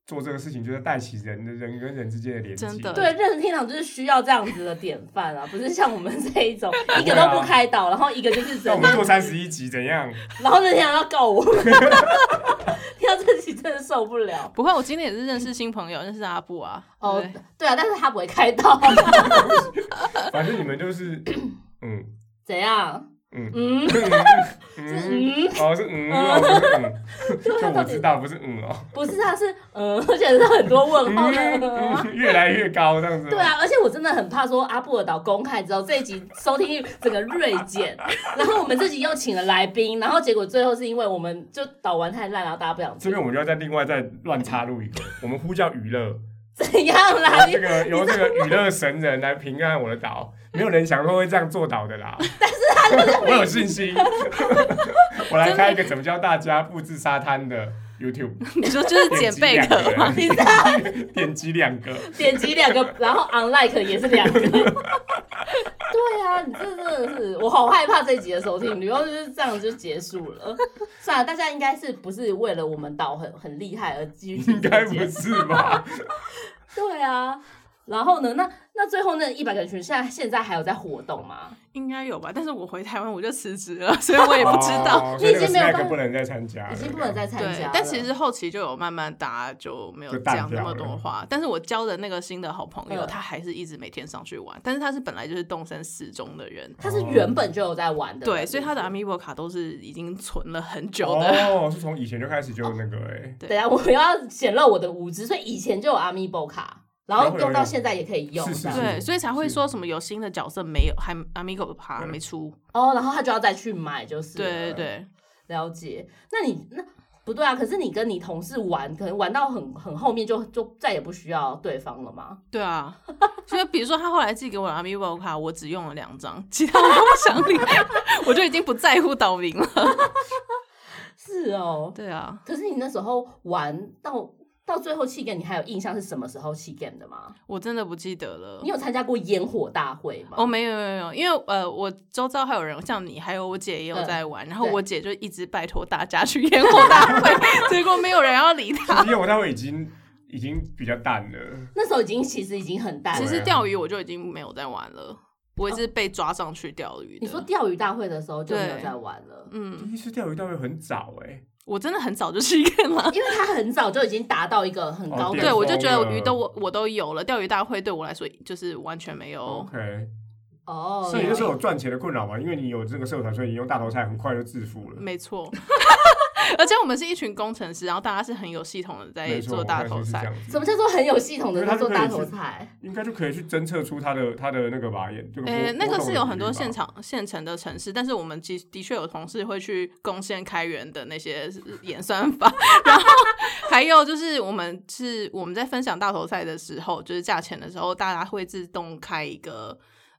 Speaker 1: 做这个事情，就是带起人的人跟人之间的连接。
Speaker 3: 真的
Speaker 2: 对，任何天堂就是需要这样子的典范啊，不是像我们这一
Speaker 1: (laughs)
Speaker 2: 种
Speaker 1: 啊
Speaker 2: 一个都不开导，然后一个就是
Speaker 1: 那我
Speaker 2: 整
Speaker 1: 们，做三十一集怎样？
Speaker 2: 然后任天堂要告我们， (laughs) 听到这集真的受不了。
Speaker 3: 不会，我今天也是认识新朋友，认识阿布啊，
Speaker 2: 哦
Speaker 3: 对，
Speaker 2: 对
Speaker 3: (laughs)
Speaker 2: 啊，但是他不会开导，啊
Speaker 1: 反正你们
Speaker 2: (laughs)
Speaker 1: 就是，嗯
Speaker 2: 怎样？
Speaker 1: 嗯
Speaker 2: 嗯，
Speaker 1: 嗯，
Speaker 2: 嗯，
Speaker 1: 哦是嗯，哦不是嗯，
Speaker 2: (laughs)
Speaker 1: 就我知道不是嗯哦，
Speaker 2: 不是啊，是嗯，而且是很多问号的。嗯 (laughs)
Speaker 1: 嗯越来越高这样子。
Speaker 2: 对啊，而且我真的很怕说阿布尔岛公开之后这一集收听率整个锐
Speaker 1: (laughs)
Speaker 2: 减，然后我们这集又请了来宾，然后结果最后是因为我们就导完太烂，然后大家不想
Speaker 1: 这
Speaker 2: 听
Speaker 1: 边，我们就要再另外再乱插入一个，我们呼叫娱乐，
Speaker 2: 怎样啦？
Speaker 1: 啊这
Speaker 2: (laughs) 你
Speaker 1: 个由这个娱乐神人来评判我的岛，没有人想说会这样做岛的
Speaker 2: (laughs)
Speaker 1: 啦。但是他我有信心，我来开一个怎么教大家布置沙滩的 YouTube，
Speaker 3: 你说就是
Speaker 1: 点 (laughs)
Speaker 3: 捡
Speaker 1: 击
Speaker 3: 贝
Speaker 1: 两
Speaker 3: 壳
Speaker 1: 个
Speaker 3: 吗？
Speaker 1: 人，点击两个，
Speaker 2: 点击
Speaker 1: (laughs)
Speaker 2: 两个，然后 unlike 也是两个。对啊，你这真的是，我好害怕这一集的收听率，然后就是这样就结束了。算了，大家应该是不是为了我们岛很很厉害而继续听
Speaker 1: 应
Speaker 2: 这
Speaker 1: 该
Speaker 2: 集
Speaker 1: 不是吧？
Speaker 2: 对啊。然后呢？那那最后那一百个群，现在现在还有在活动吗？
Speaker 3: 应该有吧，但是我回台湾我就辞职了，所以我也不知道。
Speaker 1: 哦所以那个
Speaker 2: 你已经没有
Speaker 1: snack
Speaker 2: 办法
Speaker 1: 不能再参加了，
Speaker 2: 已经不能再参加
Speaker 3: 对
Speaker 2: 了。，
Speaker 3: 但其实后期就有慢慢大家就没有
Speaker 1: 就淡
Speaker 3: 讲那
Speaker 1: 掉
Speaker 3: 么
Speaker 1: 了
Speaker 3: 多话。但是我交的那个新的好朋友，
Speaker 2: 嗯
Speaker 3: 他还是一直每天上去玩，但是他是本来就是动身四中的人，
Speaker 2: 他是原本就有在玩的，
Speaker 3: 对，所以他的
Speaker 2: 是不
Speaker 3: Amiibo 卡都是已经存了很久的。
Speaker 1: 哦，是从以前就开始就那个哎，
Speaker 2: 是等一下我要显露我的无知，所以以前就有 Amiibo 卡，然后用到现在也可以用，
Speaker 1: 哦是是
Speaker 2: 这样
Speaker 3: 对，所以才会
Speaker 1: 是
Speaker 3: 说什么有新的角色没有，还 Amiibo 卡还没出。
Speaker 2: 哦，然后他就要再去买，就是了
Speaker 3: 对对对，
Speaker 2: 了解。那你那不对啊，可是你跟你同事玩，可能玩到很很后面就就再也不需要对方了吗？
Speaker 3: 对啊。 (laughs) 所以比如说他后来寄给我的 Amiibo 卡，我只用了两张，其他我都不想领， (laughs) 我就已经不在乎岛民了。
Speaker 2: 是哦，
Speaker 3: 对啊，
Speaker 2: 可是你那时候玩到到最后弃 game，你还有印象是什么时候弃 game 的吗？
Speaker 3: 我真的不记得了
Speaker 2: 你。有参加过烟火大会吗？
Speaker 3: 哦，没有没有没有，因为呃，我周遭还有人像你，还有我姐也有在玩，然后
Speaker 2: 嗯对
Speaker 3: 我姐就一直拜托大家去烟火大
Speaker 2: (laughs)
Speaker 3: 会，结果没有人要理她。
Speaker 1: 因为我那会已经已经比较淡了，
Speaker 2: 那时候已经其实已经很淡
Speaker 3: 其
Speaker 2: 了。
Speaker 3: 实钓鱼我就已经没有在玩了，我也是被抓上去钓
Speaker 2: 哦
Speaker 3: 鱼的。
Speaker 2: 你说钓鱼大会的时候就没有
Speaker 3: 对
Speaker 2: 在玩了，
Speaker 3: 嗯，
Speaker 1: 第一次钓鱼大会很早哎、
Speaker 3: 我真的很早就去 (laughs) 看了。
Speaker 2: 因为他很早就已经达到一个很高
Speaker 1: 哦
Speaker 2: 的。
Speaker 3: 对，我就
Speaker 1: 巅峰
Speaker 3: 觉得
Speaker 1: 了
Speaker 3: 鱼都我我都有了，钓鱼大会对我来说就是完全没有
Speaker 1: OK，
Speaker 2: 哦，
Speaker 1: 所以那时候有赚钱的困扰嘛，因为你有这个社团，所以你用大头菜很快就致富了。
Speaker 3: 没错， (laughs) 而且我们是一群工程师，然后大家是很有系统的在
Speaker 1: 没错，
Speaker 3: 做大头
Speaker 1: 我看是这
Speaker 3: 菜。
Speaker 1: 样子，
Speaker 2: 什么叫做很有系统的
Speaker 1: 因为他
Speaker 2: 在
Speaker 1: 是
Speaker 2: 做
Speaker 1: 可以
Speaker 2: 大
Speaker 1: 去
Speaker 2: 头菜？
Speaker 1: 应该就可以去侦测出他的他的那个吧，也这个波。
Speaker 3: 呃，那
Speaker 1: 波
Speaker 3: 个
Speaker 1: 动
Speaker 3: 是
Speaker 1: 的
Speaker 3: 有
Speaker 1: 比
Speaker 3: 很
Speaker 1: 率
Speaker 3: 多
Speaker 1: 吧
Speaker 3: 现场现成的城市，但是我们的的确有同事会去攻陷开源的那些演算法，然后还有就是我们是我们在分享大头菜的时候，就是价钱的时候，大家会自动开一个。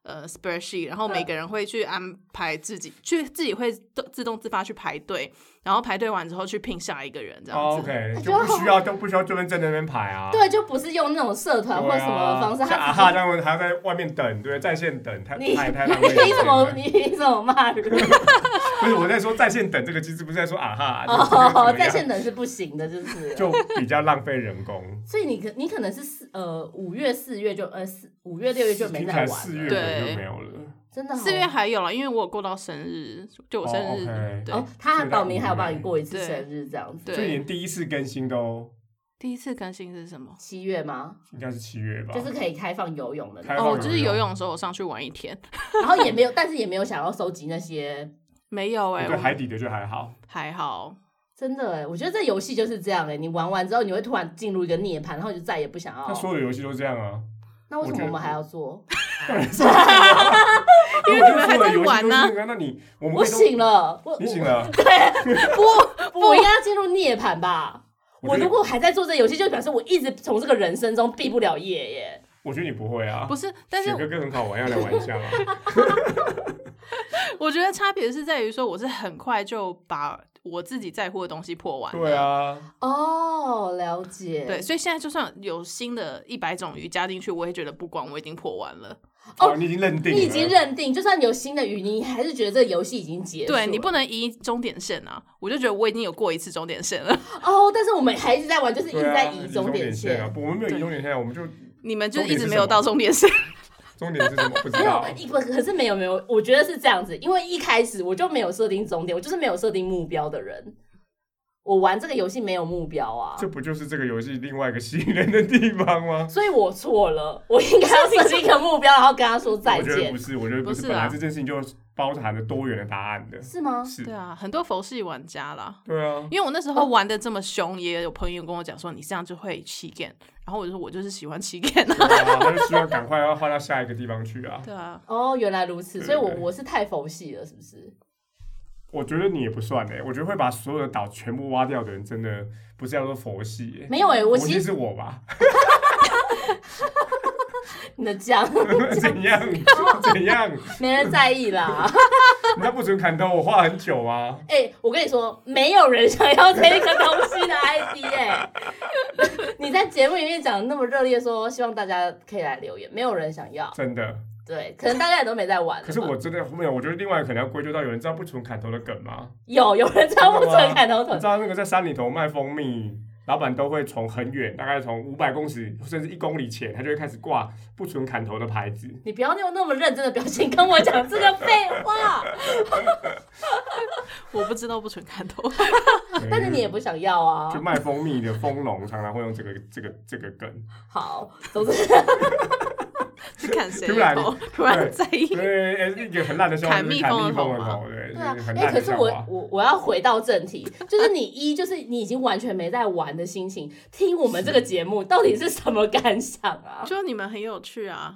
Speaker 3: 呃，spreadsheet，然后每
Speaker 2: 嗯
Speaker 3: 个人会去安排自己，去自己会自动自发去排队，然后排队完之后去聘下一个人，这样子。
Speaker 1: 哦 OK，
Speaker 2: 那
Speaker 1: 就
Speaker 2: 就
Speaker 1: 不需要都不需要就跟在那边排啊。
Speaker 2: 对，就不是用那种社
Speaker 1: 对啊，
Speaker 2: 团或什么方式，
Speaker 1: 像
Speaker 2: 他
Speaker 1: 啊
Speaker 2: 自己
Speaker 1: 哈，让我还要在外面等，对，在线等，太
Speaker 2: 你
Speaker 1: 太太浪费了。
Speaker 2: 你怎么
Speaker 1: 对
Speaker 2: 你你怎么骂人？
Speaker 1: 啊不是我在说在线等这个机制，不是在说啊哈，这个这个怎么
Speaker 2: 哦，
Speaker 1: 样
Speaker 2: (laughs) 在线等是不行的，就是。
Speaker 1: 就比较浪费人工。
Speaker 2: 所以你可你可能是四呃五月四月就呃四五月六月就没
Speaker 1: 听
Speaker 2: 在
Speaker 1: 起来
Speaker 2: 玩了，
Speaker 1: 四月可
Speaker 3: 对
Speaker 1: 能就没有了。
Speaker 2: 真的哦
Speaker 3: 四月还有了，因为我有过到生日，就我生日，
Speaker 1: 哦，OK
Speaker 3: 对，
Speaker 2: 哦，他还
Speaker 1: 四月到
Speaker 2: 报名还有帮你
Speaker 1: 五月
Speaker 2: 过一次
Speaker 3: 对
Speaker 2: 生日这样子，
Speaker 3: 对
Speaker 1: 所以连第一次更新都
Speaker 3: 第一次更新是什么？
Speaker 2: 七月吗？
Speaker 1: 应该是七月吧？
Speaker 2: 就是可以开放游泳的那
Speaker 1: 开
Speaker 2: 种，
Speaker 1: 放
Speaker 3: 哦，就是
Speaker 1: 游泳
Speaker 3: 游泳的时候我上去玩一天，
Speaker 2: 然后也没有，但是也没有想要收集那些，
Speaker 3: 没有哎、
Speaker 1: 哦
Speaker 3: 我
Speaker 1: 对海底的就还好。
Speaker 3: 还好，
Speaker 2: 真的哎，我觉得这游戏就是这样哎，你玩完之后你会突然进入一个涅槃，然后你就再也不想
Speaker 3: 哦
Speaker 1: 那
Speaker 2: 要。
Speaker 1: 所有游戏都这样啊，
Speaker 2: 那为什
Speaker 1: 我觉
Speaker 2: 么
Speaker 1: 得
Speaker 2: 我们还要做？
Speaker 1: 当然是这样啊
Speaker 3: 因为你们还在玩啊呢
Speaker 1: 如果所有游戏都是这样那你我们
Speaker 2: 我
Speaker 1: 会都
Speaker 2: 醒了，我
Speaker 1: 你醒
Speaker 2: 我
Speaker 1: 了，
Speaker 3: (laughs)
Speaker 2: 不我应该要进入涅槃吧？我
Speaker 1: 觉
Speaker 2: 如
Speaker 1: 得
Speaker 2: 果还在做这游戏，就表示我一直从这个人生中毕不了业耶。
Speaker 1: 我觉得你不会啊，
Speaker 3: 不是，但是
Speaker 1: 雪哥哥很好玩，要来玩一下
Speaker 3: (laughs)
Speaker 1: 吗？
Speaker 3: 我觉得差别是在于说，我是很快就把我自己在乎的东西破完，
Speaker 1: 对，啊，
Speaker 2: 哦，了解。
Speaker 3: 对，所以现在就算有新的一百种鱼加进去，我也觉得不管，我已经破完了，
Speaker 2: 哦
Speaker 1: 哦，你已经认定了，
Speaker 2: 你已经认定，就算有新的鱼，你还是觉得这个游戏已经结束了。
Speaker 3: 对你不能移终点线啊，我就觉得我已经有过一次终点线了，
Speaker 2: 哦，但是我们还一直在玩，就是一直
Speaker 1: 对
Speaker 2: 在
Speaker 1: 啊，
Speaker 2: 移
Speaker 1: 终
Speaker 2: 终点线，
Speaker 1: 啊，不我们没有移终点线啊，我们就
Speaker 3: 你们就
Speaker 1: 终点
Speaker 3: 一
Speaker 1: 是
Speaker 3: 直没有到终点
Speaker 1: (laughs)
Speaker 3: 线，
Speaker 1: 终点是什么
Speaker 3: (laughs)
Speaker 1: 不知
Speaker 2: 没有 (laughs)
Speaker 1: 道，
Speaker 2: 一不可是没有没有，我觉得是这样子，因为一开始我就没有设定终点，我就是没有设定目标的人。我玩这个游戏没有目标啊，
Speaker 1: 这不就是这个游戏另外一个吸引人的地方
Speaker 3: (laughs)
Speaker 1: 吗？
Speaker 2: 所以我错了，我应该要设定一个目标，然后跟他说再
Speaker 1: 我觉得
Speaker 2: 见
Speaker 1: 不，是，我觉得不
Speaker 3: 不是
Speaker 1: 本
Speaker 3: 啊
Speaker 1: 来这件事情就包含了多元的答案的，
Speaker 2: 是吗？
Speaker 1: 是
Speaker 3: 对，啊，很多佛系玩家啦。
Speaker 1: 对啊，
Speaker 3: 因为我那时候玩的这么凶，也有朋友跟我讲说你这样就会欺骗，然后我就说我就是喜欢欺骗
Speaker 1: (laughs)
Speaker 3: 啊，
Speaker 1: 对啊他就希望赶快要换到下一个地方去啊。
Speaker 3: 对啊，
Speaker 2: 哦，原来如此，所以我
Speaker 1: 对对
Speaker 2: 我是太佛系了，是不是？
Speaker 1: 我觉得你也不算哎、我觉得会把所有的岛全部挖掉的人，真的不是叫做佛系、欸。
Speaker 2: 没有哎、
Speaker 1: 佛
Speaker 2: 我
Speaker 1: 系
Speaker 2: 其实
Speaker 1: 是我吧？
Speaker 2: 你的讲
Speaker 1: (laughs) 怎
Speaker 2: (laughs)
Speaker 1: 样？怎样？
Speaker 2: 没人在意啦。
Speaker 1: 那不准砍头，我画很久啊。
Speaker 2: 哎、我跟你说，没有人想要这个东西的 ID 哎、 (laughs) 你在节目里面讲得那么热烈说希望大家可以来留言，没有人想要。
Speaker 1: 真的，
Speaker 2: 对，可能大家也都没在玩了吧。
Speaker 1: 可是我真的没有，我觉得另外可能要归咎到有人知道不准砍头的梗吗？
Speaker 2: 有有人
Speaker 1: 啊
Speaker 2: 在不准砍头
Speaker 1: 你
Speaker 2: 腿
Speaker 1: 知，道那个在山里头卖蜂蜜，老板都会从很远，大概从五百公尺甚至一公里前，他就会开始挂不准砍头的牌子。
Speaker 2: 你不要用那么认真的表情跟我讲这个废话。
Speaker 1: (laughs)
Speaker 3: 我不知道不准看头，
Speaker 2: (laughs) 但是你也不想要啊
Speaker 1: 就。卖蜂蜜的蜂农常常会用这个这个这个梗，
Speaker 2: 好，总之
Speaker 3: 是看谁
Speaker 1: 突然
Speaker 3: 的头，突然在意。
Speaker 1: (laughs) 对，呃一个很烂的
Speaker 3: (laughs)
Speaker 1: 笑话，
Speaker 3: 砍
Speaker 1: 就是
Speaker 3: 蜜
Speaker 1: 砍
Speaker 3: 蜂
Speaker 1: 蜜
Speaker 3: 的
Speaker 1: 蜂
Speaker 3: 头
Speaker 1: 的
Speaker 3: 吗
Speaker 1: 头，对，
Speaker 2: 对
Speaker 1: 就
Speaker 2: 啊
Speaker 1: 是，很
Speaker 2: 哎、
Speaker 1: 烂
Speaker 2: 可
Speaker 1: 的
Speaker 2: 是
Speaker 1: 笑
Speaker 2: 我
Speaker 1: 话。
Speaker 2: 我我要回到正题，就是你一就是你已经完全没在玩的心情，听我们这个节目到底是什么感想啊？
Speaker 3: 就你们很有趣啊，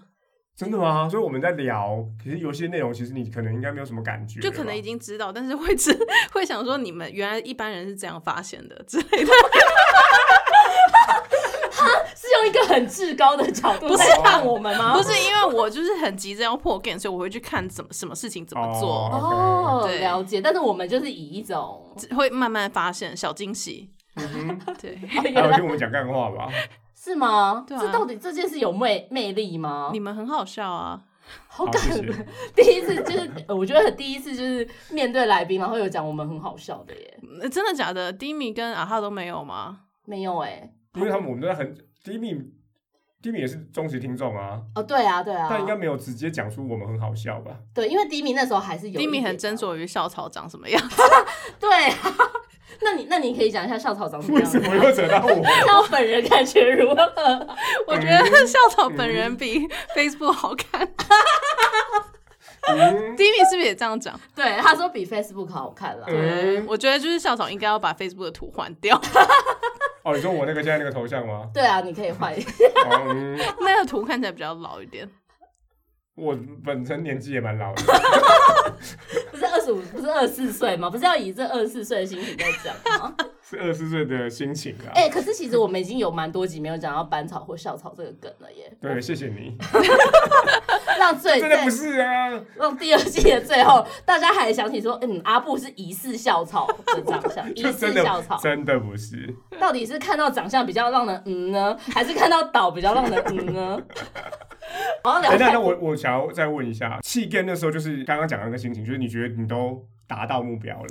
Speaker 1: 真的吗？所以我们在聊，可是有些内容其实你可能应该没有什么感觉了吧，
Speaker 3: 就可能已经知道，但是会知 (laughs) 会想说你们原来一般人是这样发现的之类的。
Speaker 2: 是用一个很至高的角度
Speaker 3: 不
Speaker 2: 在
Speaker 3: 是啊
Speaker 2: 看我们吗？
Speaker 1: (laughs)
Speaker 3: 不是因为我就是很急着要破 game，所以我会去看怎么什么事情怎么做，
Speaker 2: 哦，
Speaker 3: 对
Speaker 2: 了解。但是我们就是以一种
Speaker 3: 会慢慢发现小惊喜。
Speaker 1: 嗯哼，
Speaker 3: (laughs) 对，
Speaker 1: (laughs) 还有听我们讲干话
Speaker 3: (laughs)
Speaker 1: 吧。
Speaker 2: (laughs) 是吗？
Speaker 3: 对啊
Speaker 2: 这到底这件事有魅魅力吗？
Speaker 3: 你们很好笑啊，
Speaker 2: 好
Speaker 1: 好
Speaker 2: 感
Speaker 1: 谢谢
Speaker 2: 人， (laughs) 第一次就是，呃我觉得第一次就是面对来宾，然后有讲我们很好笑的耶，
Speaker 3: 嗯真的假的？低迷跟阿哈都没有吗？
Speaker 2: 没有哎，
Speaker 1: 因为他们我们都在很低迷，低迷也是忠实听众啊，
Speaker 2: 哦，对啊，对啊，
Speaker 1: 但应该没有直接讲出我们很好笑吧？
Speaker 2: 对，因为迪米那时候还是有
Speaker 3: 低
Speaker 2: 一
Speaker 3: 迷
Speaker 2: 点
Speaker 3: 很斟
Speaker 2: 啊，
Speaker 3: 酌于校草长什么样， (laughs)
Speaker 2: 对啊， (laughs) 那你那你可以讲一下校草长什么
Speaker 1: 为
Speaker 2: 样
Speaker 1: 什
Speaker 2: 子？
Speaker 1: 么又扯到
Speaker 3: (laughs)
Speaker 1: 我？
Speaker 2: 那我本人感觉如何？
Speaker 3: 我觉得校草本人比 Facebook 好看。
Speaker 1: 嗯
Speaker 3: 低迷是不是也这样讲？
Speaker 2: 对，他说比 Facebook 好看了，
Speaker 1: 嗯，
Speaker 3: 我觉得就是校草应该要把 Facebook 的图换掉，
Speaker 1: 哦，你说我那个现在那个头像吗？
Speaker 2: 对啊，你可以换，
Speaker 1: 哦嗯，
Speaker 3: (laughs) 那个图看起来比较老一点。
Speaker 1: 我本身年纪也蛮老的，
Speaker 2: 不是二十五，不是二十四岁吗？不是要以这二十四岁的心情在讲吗？
Speaker 1: 是二十四岁的心情啊。
Speaker 2: 哎、可是其实我们已经有蛮多集没有讲到班草或校草这个梗了耶，
Speaker 1: 对，谢谢你，
Speaker 2: 让最
Speaker 1: 真的不
Speaker 2: 最
Speaker 1: 是啊，
Speaker 2: 让第二季的最后，大家还想起说，嗯，阿布是疑似校草的长相，疑
Speaker 1: (laughs) 就
Speaker 2: 似
Speaker 1: 真
Speaker 2: 校
Speaker 1: 的
Speaker 2: 草，
Speaker 1: 真的不是。
Speaker 2: 到底是看到长相比较让人嗯呢，还是看到岛比较让人
Speaker 1: (laughs)
Speaker 2: 嗯呢？好像聊
Speaker 1: 哎，那
Speaker 2: 太
Speaker 1: 那我我想要再问一下，气垫那时候就是刚刚讲的那个心情，就是你觉得你都达到目标了，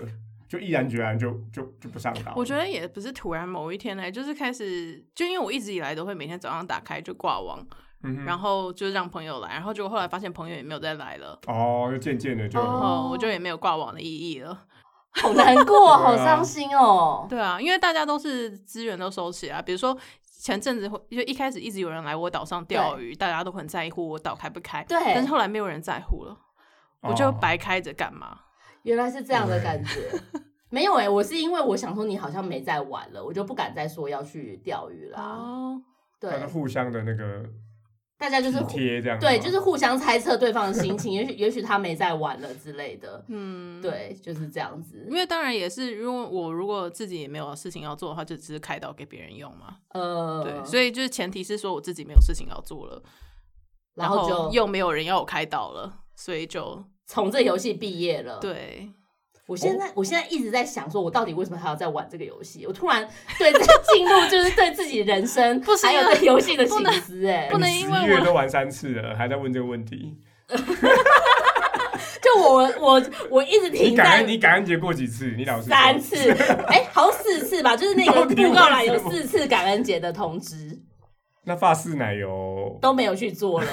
Speaker 1: 就毅然决然就就就不上岛了。
Speaker 3: 我觉得也不是突然某一天呢、就是开始，就因为我一直以来都会每天早上打开就挂网，
Speaker 1: 嗯哼，
Speaker 3: 然后就让朋友来，然后结果后来发现朋友也没有再来了，
Speaker 1: 哦，就渐渐的就
Speaker 2: 哦
Speaker 3: 然后我就也没有挂网的意义了。
Speaker 2: 好难过，
Speaker 1: (laughs) 对啊
Speaker 2: 好伤心哦。
Speaker 3: 对啊，因为大家都是资源都收起来，比如说前阵子会就一开始一直有人来我岛上钓鱼，大家都很在乎我岛开不开，
Speaker 2: 对
Speaker 3: 但是后来没有人在乎了，
Speaker 1: 哦
Speaker 3: 我就白开着干嘛？
Speaker 2: 原来是这样的感觉。 (laughs) 没有哎、我是因为我想说你好像没在玩了，我就不敢再说要去钓鱼啦。
Speaker 3: 哦，
Speaker 1: 哦大家
Speaker 2: 对，
Speaker 1: 互相的那个
Speaker 2: 大家就是
Speaker 1: 体贴这样，
Speaker 2: 对，就是互相猜测对方的心情，也许也许他没在玩了之类的。
Speaker 3: 嗯，。
Speaker 2: 对，就是这样子
Speaker 3: 因。为当然也是，如果我如果自己也没有事情要做的话，就只是开导给别人用嘛。
Speaker 2: 呃，
Speaker 3: 对，所以就是前提是说我自己没有事情要做了，
Speaker 2: 然
Speaker 3: 然
Speaker 2: 后
Speaker 3: 后
Speaker 2: 就
Speaker 3: 又没有人要我开导了，所以就
Speaker 2: 从这游戏毕业了。 (laughs)
Speaker 3: 对，
Speaker 2: 我现在、我现在一直在想，说我到底为什么还要再玩这个游戏？我突然对这进入就是对自己人生
Speaker 3: 不行
Speaker 2: 还
Speaker 3: 啊
Speaker 2: 有对游戏的
Speaker 3: 不
Speaker 2: 醒
Speaker 3: 能
Speaker 2: 思、哎
Speaker 3: 不能
Speaker 1: 你
Speaker 3: 因为
Speaker 1: 十一
Speaker 3: 我
Speaker 1: 月都玩三次了，还在问这个问题，
Speaker 2: 就我我我一直
Speaker 1: 你
Speaker 2: 停
Speaker 1: 感
Speaker 2: 在
Speaker 1: 恩你感恩节过几次？你老实说
Speaker 2: (laughs) 三次，哎、好像四次吧，就是那个
Speaker 1: 到底为什
Speaker 2: 布
Speaker 1: 么
Speaker 2: 告栏有四次感恩节的通知
Speaker 1: 那发式奶油，
Speaker 2: 都没有去做了，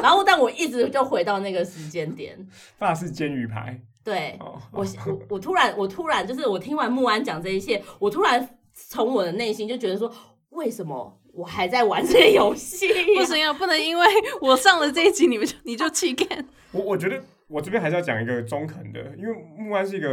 Speaker 2: 然后但我一直就回到那个时间点，
Speaker 1: 发式煎鱼排，
Speaker 2: 对
Speaker 1: 哦，
Speaker 2: 我我我突然我突然就是我听完木安讲这一切，我突然从我的内心就觉得说，为什么我还在玩这个游
Speaker 1: (laughs)
Speaker 2: 戏、
Speaker 3: 不行啊，不能因为我上了这一集，你们就 (laughs) 你就弃干。
Speaker 1: 我我觉得我这边还是要讲一个中肯的，因为木安是一个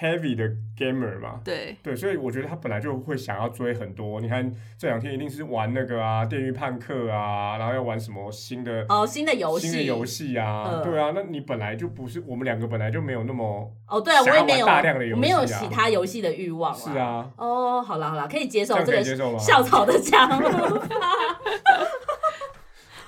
Speaker 1: heavy 的 gamer 嘛，
Speaker 3: 对，
Speaker 1: 对，所以我觉得他本来就会想要追很多。你看这两天一定是玩那个啊，《电狱判客》啊，然后要玩什么新的
Speaker 2: (laughs) 哦，新的游
Speaker 1: 新的
Speaker 2: 戏，
Speaker 1: 游戏啊，
Speaker 2: 嗯
Speaker 1: 对啊，那你本来就不是我们两个本来就没有那么
Speaker 2: 哦，对啊，我
Speaker 1: 想要
Speaker 2: 也没有
Speaker 1: 玩大量的游戏啊
Speaker 2: 我没有其他游戏的欲望
Speaker 1: 是。啊，
Speaker 2: 哦，好啦好啦，可以
Speaker 1: 这
Speaker 2: 接受
Speaker 1: 样
Speaker 2: 这
Speaker 1: 可以
Speaker 2: 个
Speaker 1: 接受吗？啊
Speaker 2: 校草的加入。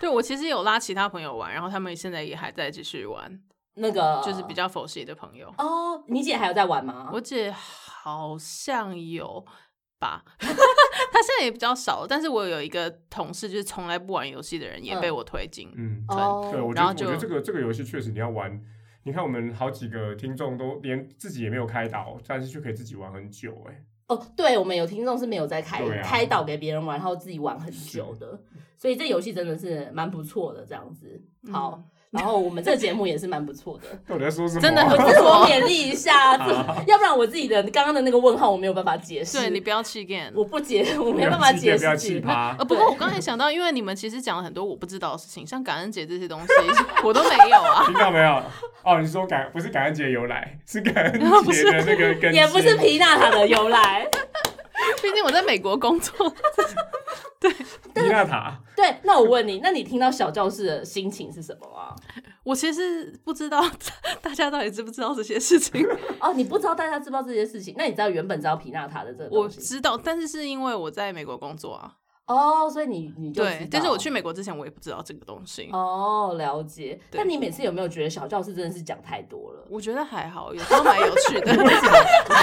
Speaker 3: 对我其实有拉其他朋友玩，然后他们现在也还在继续玩，
Speaker 2: (laughs) 那个
Speaker 3: 就是比较佛系的朋友。
Speaker 2: 哦，你姐还有在玩吗？
Speaker 3: 我姐好像有
Speaker 2: (laughs)
Speaker 3: 吧，她现在也比较少了，但是我有一个同事就是从来不玩游戏的人，也被
Speaker 2: 嗯
Speaker 3: 我推进。
Speaker 1: 嗯，
Speaker 2: 哦，
Speaker 1: 对，我觉
Speaker 3: 然
Speaker 1: 得
Speaker 3: 后
Speaker 1: 我觉
Speaker 3: 就
Speaker 1: 得这个这个游戏确实你要玩。你看，我们好几个听众都连自己也没有开导，但是就可以自己玩很久、欸，
Speaker 2: 哦，对，我们有听众是没有在开、
Speaker 1: 对啊
Speaker 2: 开导给别人玩，然后自己玩很久的，所以这游戏真的是蛮不错的，这样子。
Speaker 3: 嗯
Speaker 2: 好，然后我们这个节目也是蛮不错的。
Speaker 3: (laughs)
Speaker 1: 到底在说什么？啊
Speaker 3: 真的
Speaker 2: (laughs) 我
Speaker 3: 很
Speaker 2: 自嗯我勉励一下，自要不然我自己的刚刚的那个问号我没有办法解释。
Speaker 3: 对你不要弃干。
Speaker 2: 我不解，我没办法解
Speaker 1: 不要
Speaker 2: 释
Speaker 1: 气
Speaker 2: 自己。
Speaker 1: 趴
Speaker 3: 呃，。不过我刚才想到，因为你们其实讲了很多我不知道的事情，像感恩节这些东西，我都没有啊。 (laughs)
Speaker 1: 听到没有？哦，你说感不是感恩节由来，是感恩节
Speaker 3: 不是
Speaker 1: 的那个跟
Speaker 2: 哦也不是皮纳塔的由来， (laughs)
Speaker 3: 毕竟我在美国工作，
Speaker 1: 皮纳塔，
Speaker 2: 对，那我问你，那你听到小教室的心情是什么啊？
Speaker 3: 我其实不知道 (laughs) 大家到底知不知道这些事
Speaker 1: (laughs)
Speaker 3: 情。
Speaker 2: 哦，你不知道大家知不知道这些事情？那你知道原本知道皮纳塔的这个
Speaker 3: 我
Speaker 2: 东西？
Speaker 3: 知道，但是是因为我在美国工作啊。
Speaker 2: 哦，所以你你就知
Speaker 3: 对
Speaker 2: 道，
Speaker 3: 但是我去美国之前我也不知道这个东西，
Speaker 2: 哦，了解。
Speaker 3: 对
Speaker 2: 但你每次有没有觉得小教室真的是讲太多了？
Speaker 3: 我觉得还好，有时候蛮有趣
Speaker 1: (laughs)
Speaker 3: 的。
Speaker 1: 你想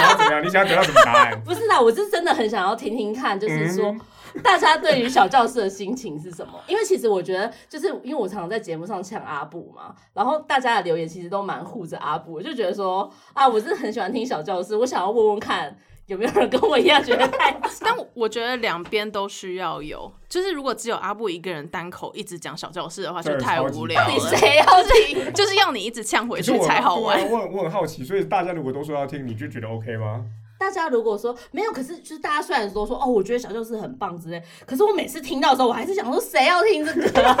Speaker 1: 要怎么样？你想要得到什么答案？
Speaker 2: (laughs) 不是啦，我是真的很想要听听看，就是说、
Speaker 1: 嗯
Speaker 2: 大家对于小教室的心情是什么？因为其实我觉得，就是因为我常常在节目上呛阿布嘛，然后大家的留言其实都蛮护着阿布，我就觉得说啊，我真的很喜欢听小教室，我想要问问看有没有人跟我一样觉得太
Speaker 3: (laughs) 但我我觉得两边都需要有，就是如果只有阿布一个人单口一直讲小教室的话，
Speaker 1: 这
Speaker 3: 就
Speaker 1: 个
Speaker 3: 太
Speaker 1: 超级
Speaker 3: 无
Speaker 1: 棒
Speaker 3: 聊
Speaker 1: 到
Speaker 2: 你
Speaker 1: 底
Speaker 3: 了。
Speaker 2: 谁要听？
Speaker 3: (laughs) 就是要你一直呛回
Speaker 1: 可是
Speaker 3: 去
Speaker 1: 我
Speaker 3: 才好玩
Speaker 1: 对。啊我很我很好奇，所以大家如果都说要听，你就觉得 OK 吗？
Speaker 2: 大家如果说没有，可是就是大家虽然说说哦，我觉得小教室很棒之类，可是我每次听到的时候，我还是想说谁要听这个、 (laughs) 啊？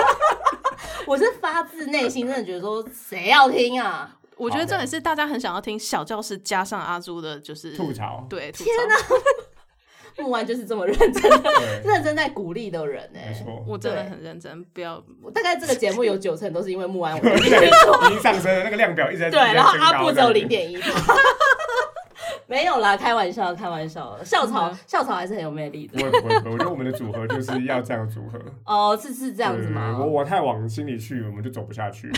Speaker 2: 我是发自内心真的觉得说谁要听啊？
Speaker 3: 我觉得重点是大家很想要听小教室加上阿朱的，就是
Speaker 1: 吐，槽，
Speaker 3: 对，吐槽。
Speaker 2: 木完就是这么认真的、 (laughs)
Speaker 1: 对，
Speaker 2: 认真在鼓励的人哎、
Speaker 1: 没错。
Speaker 3: 我真的很认真，不要
Speaker 2: 我大概这个节目有九成都是因为木完我
Speaker 1: (laughs) 已经上升了，那个量表一直在
Speaker 2: 对，然后阿布只有零。
Speaker 1: 一直在升高
Speaker 2: 点一。没有啦，开玩笑，开玩笑，校草，
Speaker 1: 嗯
Speaker 2: 校草还是很有魅力的
Speaker 1: 不。会不会，不会我觉得我们的组合就是要这样组合，
Speaker 2: 哦，是是这样子吗？
Speaker 1: 对我我太往心里去，我们就走不下
Speaker 2: (laughs)
Speaker 1: 去，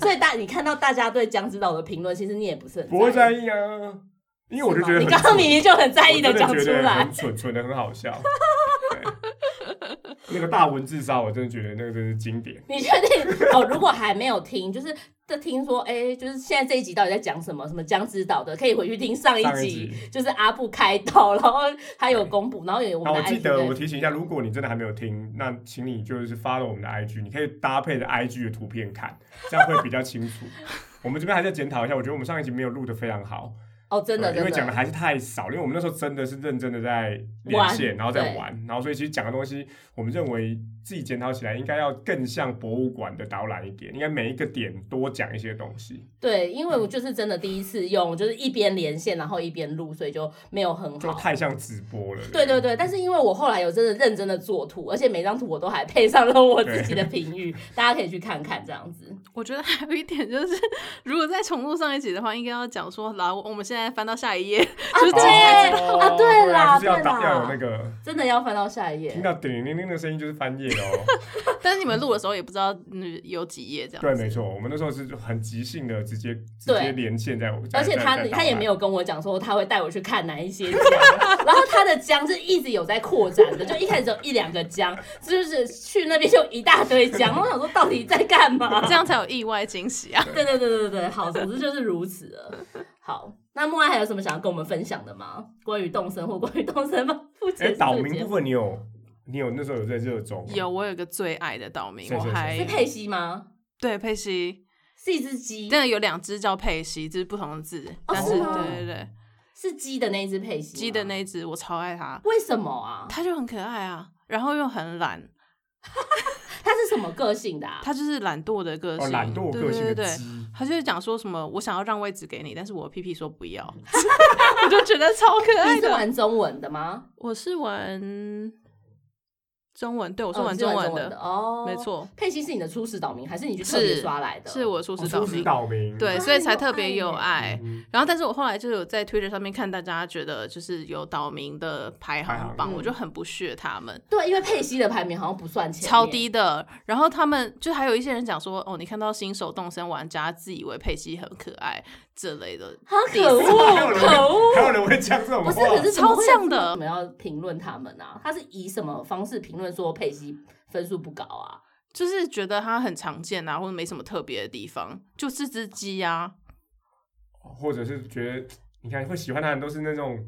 Speaker 2: 所以大你看到大家对江之岛的评论，其实你也不是很
Speaker 1: 不会
Speaker 2: 在
Speaker 1: 在
Speaker 2: 意，
Speaker 1: 意啊，因为我就觉得
Speaker 2: 你
Speaker 1: 很
Speaker 2: 刚刚明明就很在意
Speaker 1: 我真
Speaker 2: 的
Speaker 1: 的
Speaker 2: 讲出
Speaker 1: 觉得
Speaker 2: 来
Speaker 1: 很，蠢蠢的很好
Speaker 2: (laughs)
Speaker 1: 笑。对那个大文字杀，我真的觉得那个真是经典。
Speaker 2: 你确定？哦，如果还没有听，就是这听说，哎、就是现在这一集到底在讲什么？什么江之岛的，可以回去听上一
Speaker 1: 上一
Speaker 2: 集，
Speaker 1: 集，
Speaker 2: 就是阿布开刀，然后他有公布，然后有我
Speaker 1: 那
Speaker 2: 们
Speaker 1: 我
Speaker 2: 的 IG
Speaker 1: 记得
Speaker 2: 在
Speaker 1: 我提醒一下，如果你真的还没有听，那请你就是 follow 我们的 IG，你可以搭配着 IG 的图片看，这样会比较清
Speaker 2: (laughs)
Speaker 1: 楚。我们这边还在检讨一下，我觉得我们上一集没有录的非常好，
Speaker 2: 哦，真的
Speaker 1: 对因
Speaker 2: 真
Speaker 1: 为讲的
Speaker 2: 的。
Speaker 1: 还是太少，因为我们那时候真的是认真的在连线，
Speaker 2: 玩
Speaker 1: 然后在玩，然后所以其实讲的东西，我们认为自己检讨起来应该要更像博物馆的导览一点，应该每一个点多讲一些东西，
Speaker 2: 对，因
Speaker 1: 嗯
Speaker 2: 为我就是真的第一次用，就是一边连线，然后一边录，所以就没有很
Speaker 1: 就
Speaker 2: 好。
Speaker 1: 太像直播了。
Speaker 2: 对对对，但是因为我后来有真的认真的做图，而且每张图我都还配上了我自己的评语，大家可以去看看这样子。
Speaker 3: 我觉得还有一点就是，如果再重录上一集的话，应该要讲说，来，我们现在翻到下一页，就是这样子。
Speaker 1: 哦
Speaker 2: 啊对啦
Speaker 1: 就是要
Speaker 2: 对
Speaker 1: 打
Speaker 2: 啦
Speaker 1: 要有那个
Speaker 2: 真的要翻到下一页
Speaker 1: 听。到叮铃铃铃的声音就是翻页哦。
Speaker 3: 但是你们录的时候也不知道嗯有几页这样。
Speaker 1: 对，没错，我们那时候是很即兴的，直接直
Speaker 2: 对
Speaker 1: 接连线在，在
Speaker 2: 而且他
Speaker 1: 在在
Speaker 2: 他也没
Speaker 1: 有
Speaker 2: 有跟我讲说他会带我去看哪一些江，然后他的江是一直有在扩展的，就一开始只有一两个江，就是去那边就一大堆江，我想说到底在干嘛？ (laughs)
Speaker 3: 这样才有意外惊喜啊！
Speaker 2: 对对对对对对，好，总之就是如此了。好，那木安还有什么想要跟我们分享的吗？关于动身或关于动身吗？不
Speaker 1: 哎
Speaker 2: 解释
Speaker 1: 岛
Speaker 2: 的
Speaker 1: 民
Speaker 2: 节
Speaker 1: 部
Speaker 2: 目
Speaker 1: 分，你有你有那时候有在热衷吗
Speaker 3: 有，我有一个最爱的岛民，
Speaker 1: 谁
Speaker 3: 我
Speaker 1: 谁谁
Speaker 3: 还
Speaker 2: 是佩西吗？
Speaker 3: 对佩西，
Speaker 2: 是一只鸡，
Speaker 3: 真的有两只叫佩西，这是不同的字，但
Speaker 2: 哦是
Speaker 3: 是
Speaker 2: 吗
Speaker 3: 对对对，
Speaker 2: 是鸡的那一只佩西吗，
Speaker 3: 鸡的那一只我超爱它，
Speaker 2: 为什么啊？
Speaker 3: 它就很可爱啊，然后又很懒，
Speaker 2: 它是什么个性的、啊？
Speaker 3: 它就是懒惰的个
Speaker 1: 哦，
Speaker 3: 性，
Speaker 1: 懒惰
Speaker 3: 对
Speaker 1: 个性的
Speaker 3: 对对对。
Speaker 1: 鸡，
Speaker 3: 他就是讲说什么，我想要让位置给你，但是我屁屁说
Speaker 1: (laughs)
Speaker 3: 不要， (laughs) 我就觉得超可爱
Speaker 2: 你是
Speaker 3: 的。
Speaker 2: 玩中文的吗？
Speaker 3: 我是玩中文，对我是
Speaker 2: 哦
Speaker 3: 玩
Speaker 2: 你
Speaker 3: 中
Speaker 2: 文
Speaker 3: 的，
Speaker 2: 哦，
Speaker 3: 没。错，
Speaker 2: 佩西是你的初始岛民，还是你去特别
Speaker 3: 是
Speaker 2: 刷来的？
Speaker 3: 是我初
Speaker 1: 哦
Speaker 3: 始
Speaker 1: 初
Speaker 3: 岛
Speaker 1: 始
Speaker 3: 民，
Speaker 1: 岛民，
Speaker 3: 对，
Speaker 2: 啊
Speaker 3: 所以才
Speaker 2: 有
Speaker 3: 特别
Speaker 2: 爱
Speaker 3: 有
Speaker 2: 耶
Speaker 3: 爱。
Speaker 1: 嗯，
Speaker 3: 然后，但是我后来就是有在 Twitter 上面看大家觉得就是有岛民的排
Speaker 1: 排
Speaker 3: 行
Speaker 1: 行
Speaker 3: 榜，
Speaker 2: 嗯
Speaker 3: 我就很不屑他们，
Speaker 2: 对，因为佩西的排名好像不算前面
Speaker 3: 超。低的。然后他们就还有一些人讲说，哦，你看到新手动身玩家自以为佩西很可爱这类的，
Speaker 2: 好可恶，
Speaker 1: 啊
Speaker 2: 可恶！
Speaker 1: 还有人会讲这种
Speaker 2: 不
Speaker 1: 话，
Speaker 2: 是，可是怎么会有
Speaker 3: 超像的
Speaker 2: 我们要评论他们啊？他是以什么方式评论说佩西分数不高啊？
Speaker 3: 就是觉得它很常见啊，或者没什么特别的地方，就是只鸡啊。
Speaker 1: 或者是觉得你看会喜欢他的人都是那种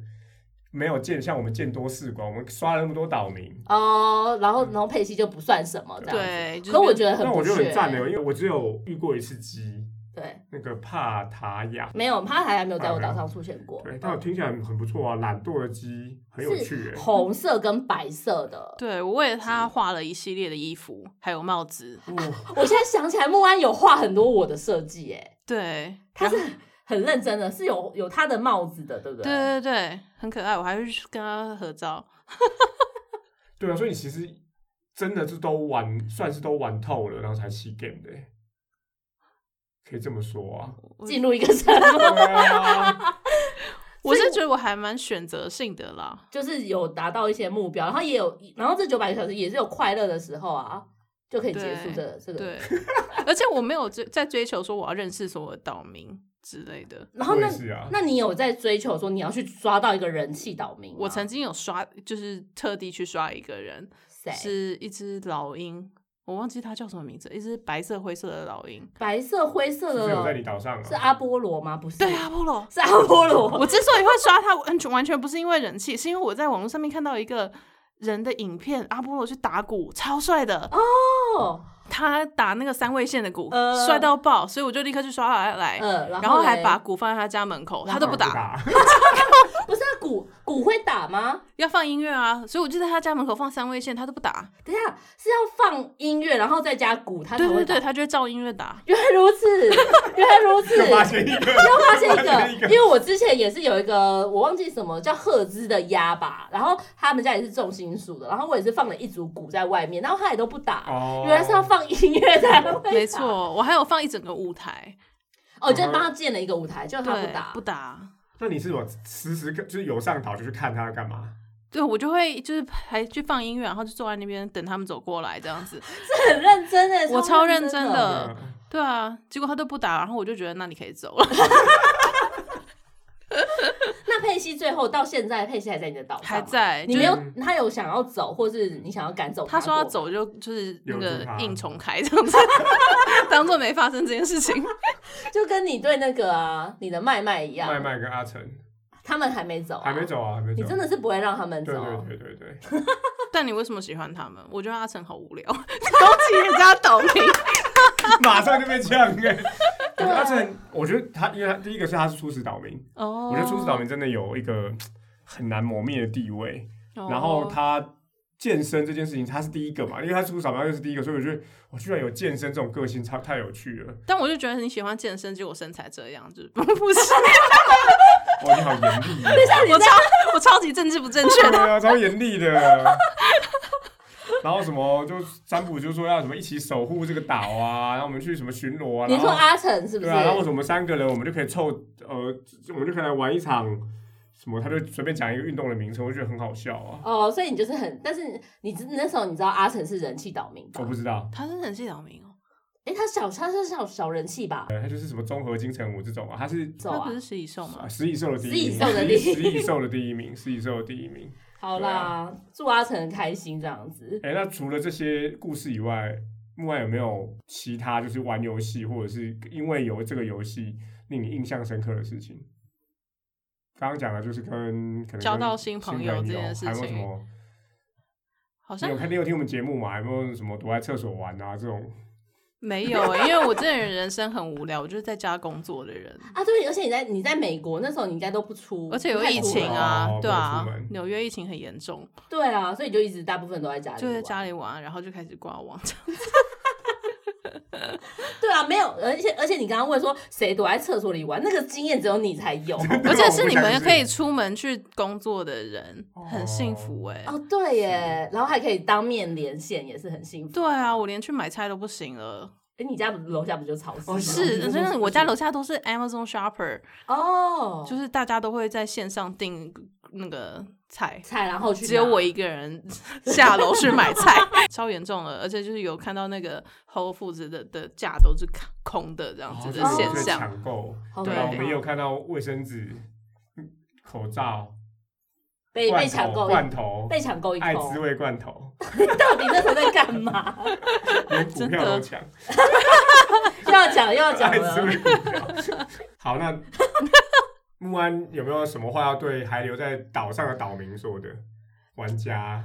Speaker 1: 没有见，像我们见多识广，我们刷了那么多岛民，
Speaker 2: 哦，然后然后佩西就不算什么这样子。
Speaker 3: 对，就是
Speaker 2: 可我觉得很
Speaker 1: 那
Speaker 2: 不
Speaker 1: 我觉得很
Speaker 2: 屑
Speaker 1: 赞的，因为我只有遇过一次鸡，
Speaker 2: 对，
Speaker 1: 那个帕塔亚，
Speaker 2: 没有，他还没有在我岛上出现过。
Speaker 1: 对，但我听起来很不错啊，懒惰的鸡很有趣，哎
Speaker 2: 红色跟白色的，
Speaker 3: 对我为了他画了一系列的衣服，还有帽子。
Speaker 1: 哇，
Speaker 2: 我现在想起来，木安有画很多我的设计，哎，
Speaker 3: 对，
Speaker 2: 他是很认真的，是有有他的帽子的，对不对？
Speaker 3: 对对对，很可爱，我还会去跟他合照。
Speaker 1: 对啊，所以你其实真的是都玩，算是都玩透了，然后才弃 game 的，哎可以这么说啊，
Speaker 2: 进入一个什么？
Speaker 1: 对啊，
Speaker 3: 我是觉得我还蛮选择性的啦。
Speaker 2: 就是有达到一些目标，然后也有，然后这九百个小时也是有快乐的时候啊，就可以结束这个这个。
Speaker 3: (laughs) 对，而且我没有追在追求说我要认识所有的岛民之类的。
Speaker 2: 然后那
Speaker 1: 我也是啊
Speaker 2: 那你有在追求说你要去抓到一个人气岛民吗？
Speaker 3: 我曾经有刷，就是特地去刷一个人，
Speaker 2: 谁？
Speaker 3: 是一只老鹰，我忘记它叫什么名字，一只白色灰色的老鹰。
Speaker 2: 白色灰色
Speaker 1: 只
Speaker 2: 的
Speaker 1: 有
Speaker 2: 哦
Speaker 1: 在你岛上
Speaker 2: 是
Speaker 1: 啊。
Speaker 2: 阿波罗吗？不是，
Speaker 3: 对，阿波罗，
Speaker 2: 是阿波罗。
Speaker 3: (laughs) 我之所以会刷它，完全完全不是因为人气，是因为我在网络上面看到一个人的影片，阿波罗去打鼓，超帅的，
Speaker 2: 哦，
Speaker 3: 他打那个三味线的鼓，
Speaker 2: 呃
Speaker 3: 帅到爆，所以我就立刻去刷下来。
Speaker 2: 呃，然
Speaker 3: 然后还
Speaker 2: 嘞
Speaker 3: 把鼓放在他家门口，他都不打，
Speaker 1: 哦
Speaker 2: 不是啊鼓鼓会打吗？
Speaker 3: 要放音乐啊，所以我就在他家门口放三味线，他都不打。
Speaker 2: 等一下是要放音乐，然后再加鼓，他才
Speaker 3: 对
Speaker 2: 会
Speaker 3: 对
Speaker 2: 打
Speaker 3: 对，。他就会照音乐
Speaker 2: (laughs)
Speaker 3: 打。
Speaker 2: 原来如此，原来如此。 (laughs)
Speaker 1: 又发现一个，
Speaker 2: 又发现
Speaker 1: 发现 (laughs)
Speaker 2: 一
Speaker 1: 一
Speaker 2: 个，
Speaker 1: 个
Speaker 2: 因为我之前也是有一个，我忘记什么叫赫兹的鸭吧，然后他们家也是重金属的，然后我也是放了一组鼓在外面，然后他也都不打，
Speaker 1: 哦
Speaker 2: 原来是要放音乐才会打
Speaker 3: 没，错，我还有放一整个舞台，
Speaker 2: 哦，就是帮他建了一个舞台，就他
Speaker 3: 对
Speaker 2: 不打
Speaker 3: 不，打。
Speaker 1: 那你是我时时刻就是有上岛就去看他干嘛？
Speaker 3: 对，我就会就是还去放音乐，然后就坐在那边等他们走过来这样子。
Speaker 2: 是 (laughs) 很认真的，
Speaker 3: 我超认真
Speaker 2: 的，
Speaker 3: 的，
Speaker 1: 嗯
Speaker 3: 对啊，结果他都不打，然后我就觉得那你可以走了，
Speaker 2: 那佩西最后到现在，佩西还在你的岛上吗
Speaker 3: 还。在，
Speaker 2: 你
Speaker 3: 就
Speaker 2: 没
Speaker 3: 是
Speaker 2: 有，他有想要走，或是你想要赶走
Speaker 3: 他说
Speaker 2: 过
Speaker 3: 要
Speaker 2: 吗，
Speaker 3: 走就就是那
Speaker 1: 留
Speaker 3: 个
Speaker 1: 住他
Speaker 3: 硬重开这样子， (laughs) 当做没发生这件事情。
Speaker 2: 就跟你对那个啊，你的麦麦一样，
Speaker 1: 麦麦跟阿成
Speaker 2: 他们还没走、
Speaker 1: 还没，走啊，还没走。
Speaker 2: 你真的是不会让他们走
Speaker 1: 对
Speaker 2: 啊、
Speaker 1: 对对对对， (laughs)
Speaker 3: 但你为什么喜欢他们？我觉得阿成好无聊，
Speaker 2: (laughs)
Speaker 3: 攻 (laughs) 击人家岛民。
Speaker 1: 马上就被呛哎。
Speaker 2: (laughs) 对啊
Speaker 1: 阿成，我觉得他，因为他第一个是他是初始岛民，
Speaker 3: 哦
Speaker 1: 我觉得初始岛民真的有一个很难磨灭的地位。
Speaker 3: 哦
Speaker 1: 然后他健身这件事情，他是第一个嘛，因为他出扫描又是第一个，所以我觉得我居然有健身这种个性，超太有趣了。
Speaker 3: 但我就觉得你喜欢健身，结果身材这样，就是
Speaker 2: (laughs)
Speaker 3: 不是？
Speaker 1: 哇，你好严厉哦，
Speaker 2: (laughs) 等一下你
Speaker 3: 我
Speaker 2: 在
Speaker 3: 超我超级政治不正确
Speaker 1: 对
Speaker 2: (laughs)
Speaker 3: 的。
Speaker 1: 啊，超严厉的。然后什么，就占卜就说要什么一起守护这个岛啊，然后我们去什么巡逻啊。
Speaker 2: 你
Speaker 1: 然后
Speaker 2: 说阿成是不
Speaker 1: 对
Speaker 2: 是？
Speaker 1: 啊，然后我们三个人，我们就可以凑呃，我们就可以来玩一场什么，他就随便讲一个运动的名称，我觉得很好笑啊。
Speaker 2: 哦，所以你就是很，但是你知那时候你知道阿成是人气岛民吧
Speaker 1: 我？不知道，
Speaker 3: 他是人气岛民哦，
Speaker 2: 哎、他小他是小小人气吧？
Speaker 1: 呃，他就是什么综合金城武这种啊，他是
Speaker 2: 走
Speaker 3: 他
Speaker 2: 啊
Speaker 3: 不是，食蚁兽吗
Speaker 1: 啊？食蚁兽的第一名，
Speaker 2: 食蚁兽的第一名
Speaker 1: 食蚁兽的第一名，食蚁兽的第一名。
Speaker 2: 好
Speaker 1: 对啊
Speaker 2: 啦，祝阿成开心这样子。
Speaker 1: 哎、那除了这些故事以外，木外有没有其他就是玩游戏或者是因为有这个游戏令你印象深刻的事情？刚刚讲的就是跟可能
Speaker 3: 交到
Speaker 1: 跟
Speaker 3: 新
Speaker 1: 新
Speaker 3: 朋友
Speaker 1: 友
Speaker 3: 这件事
Speaker 1: 还有没有
Speaker 3: 情
Speaker 1: 什么？
Speaker 3: 好
Speaker 1: 你
Speaker 3: 像
Speaker 1: 有看你有听我们节目吗？有没有什么躲在厕所玩啊这种？
Speaker 3: 没有、欸，因为我这个人人生很无聊，我就是在家工作的人，
Speaker 2: 啊，对，而且你在你在美国那时候你应该都不出，
Speaker 3: 而且有
Speaker 2: 不太
Speaker 3: 疫
Speaker 2: 出
Speaker 3: 情
Speaker 2: 门
Speaker 3: 啊，
Speaker 1: 哦
Speaker 3: 对
Speaker 1: 不能
Speaker 3: 啊
Speaker 1: 出门，
Speaker 3: 纽约疫情很严重，
Speaker 2: 对啊，所以就一直大部分都在家里，
Speaker 3: 就在家。里玩，然后就开始挂网。
Speaker 2: 对啊，没有，而且而且你刚刚问说谁躲在厕所里玩，那个经验只有你才有。
Speaker 3: (laughs) 而且是
Speaker 1: 我不
Speaker 3: 你们
Speaker 1: 相信
Speaker 3: 可以出门去工作的人，很幸福哎、
Speaker 2: 哦，对耶，然后还可以当面连线，也是很幸福。
Speaker 3: 对啊，我连去买菜都不行了。
Speaker 2: 哎，你家不楼下不就超市吗？
Speaker 1: 哦
Speaker 2: (laughs)
Speaker 3: 是，
Speaker 1: 哦
Speaker 3: 真的，我家楼下都是 Amazon shopper，
Speaker 2: 哦，
Speaker 3: 就是大家都会在线上订那个菜，
Speaker 2: 菜，然后去
Speaker 3: 只有
Speaker 2: 拿
Speaker 3: 我一个人 (laughs) 下楼去买菜， (laughs) 超严重了。而且就是有看到那个 Whole Foods 的的架都是空的这样子的
Speaker 2: 哦
Speaker 3: 现
Speaker 1: 对
Speaker 3: 象。
Speaker 1: 抢购，
Speaker 2: 好
Speaker 1: 对
Speaker 2: 可
Speaker 1: 啊，我
Speaker 2: 怕
Speaker 1: 们也有看到卫生纸、口罩、
Speaker 2: 被被
Speaker 1: 罐
Speaker 2: 抢
Speaker 1: 头、
Speaker 2: 购
Speaker 1: 罐头、
Speaker 2: 被抢购一
Speaker 1: 爱
Speaker 2: 空
Speaker 1: 滋，味罐
Speaker 3: (laughs)
Speaker 1: 头，
Speaker 2: (laughs) 到底那时候在干嘛？
Speaker 1: (laughs) 连股票都抢，
Speaker 2: 又要讲又
Speaker 1: (laughs)
Speaker 2: 要讲
Speaker 1: 爱滋
Speaker 2: 了，
Speaker 1: 味股票。好，
Speaker 3: (laughs)
Speaker 1: 那木安有没有什么话要对还留在岛上的岛民说的？玩
Speaker 3: (laughs)
Speaker 1: 家，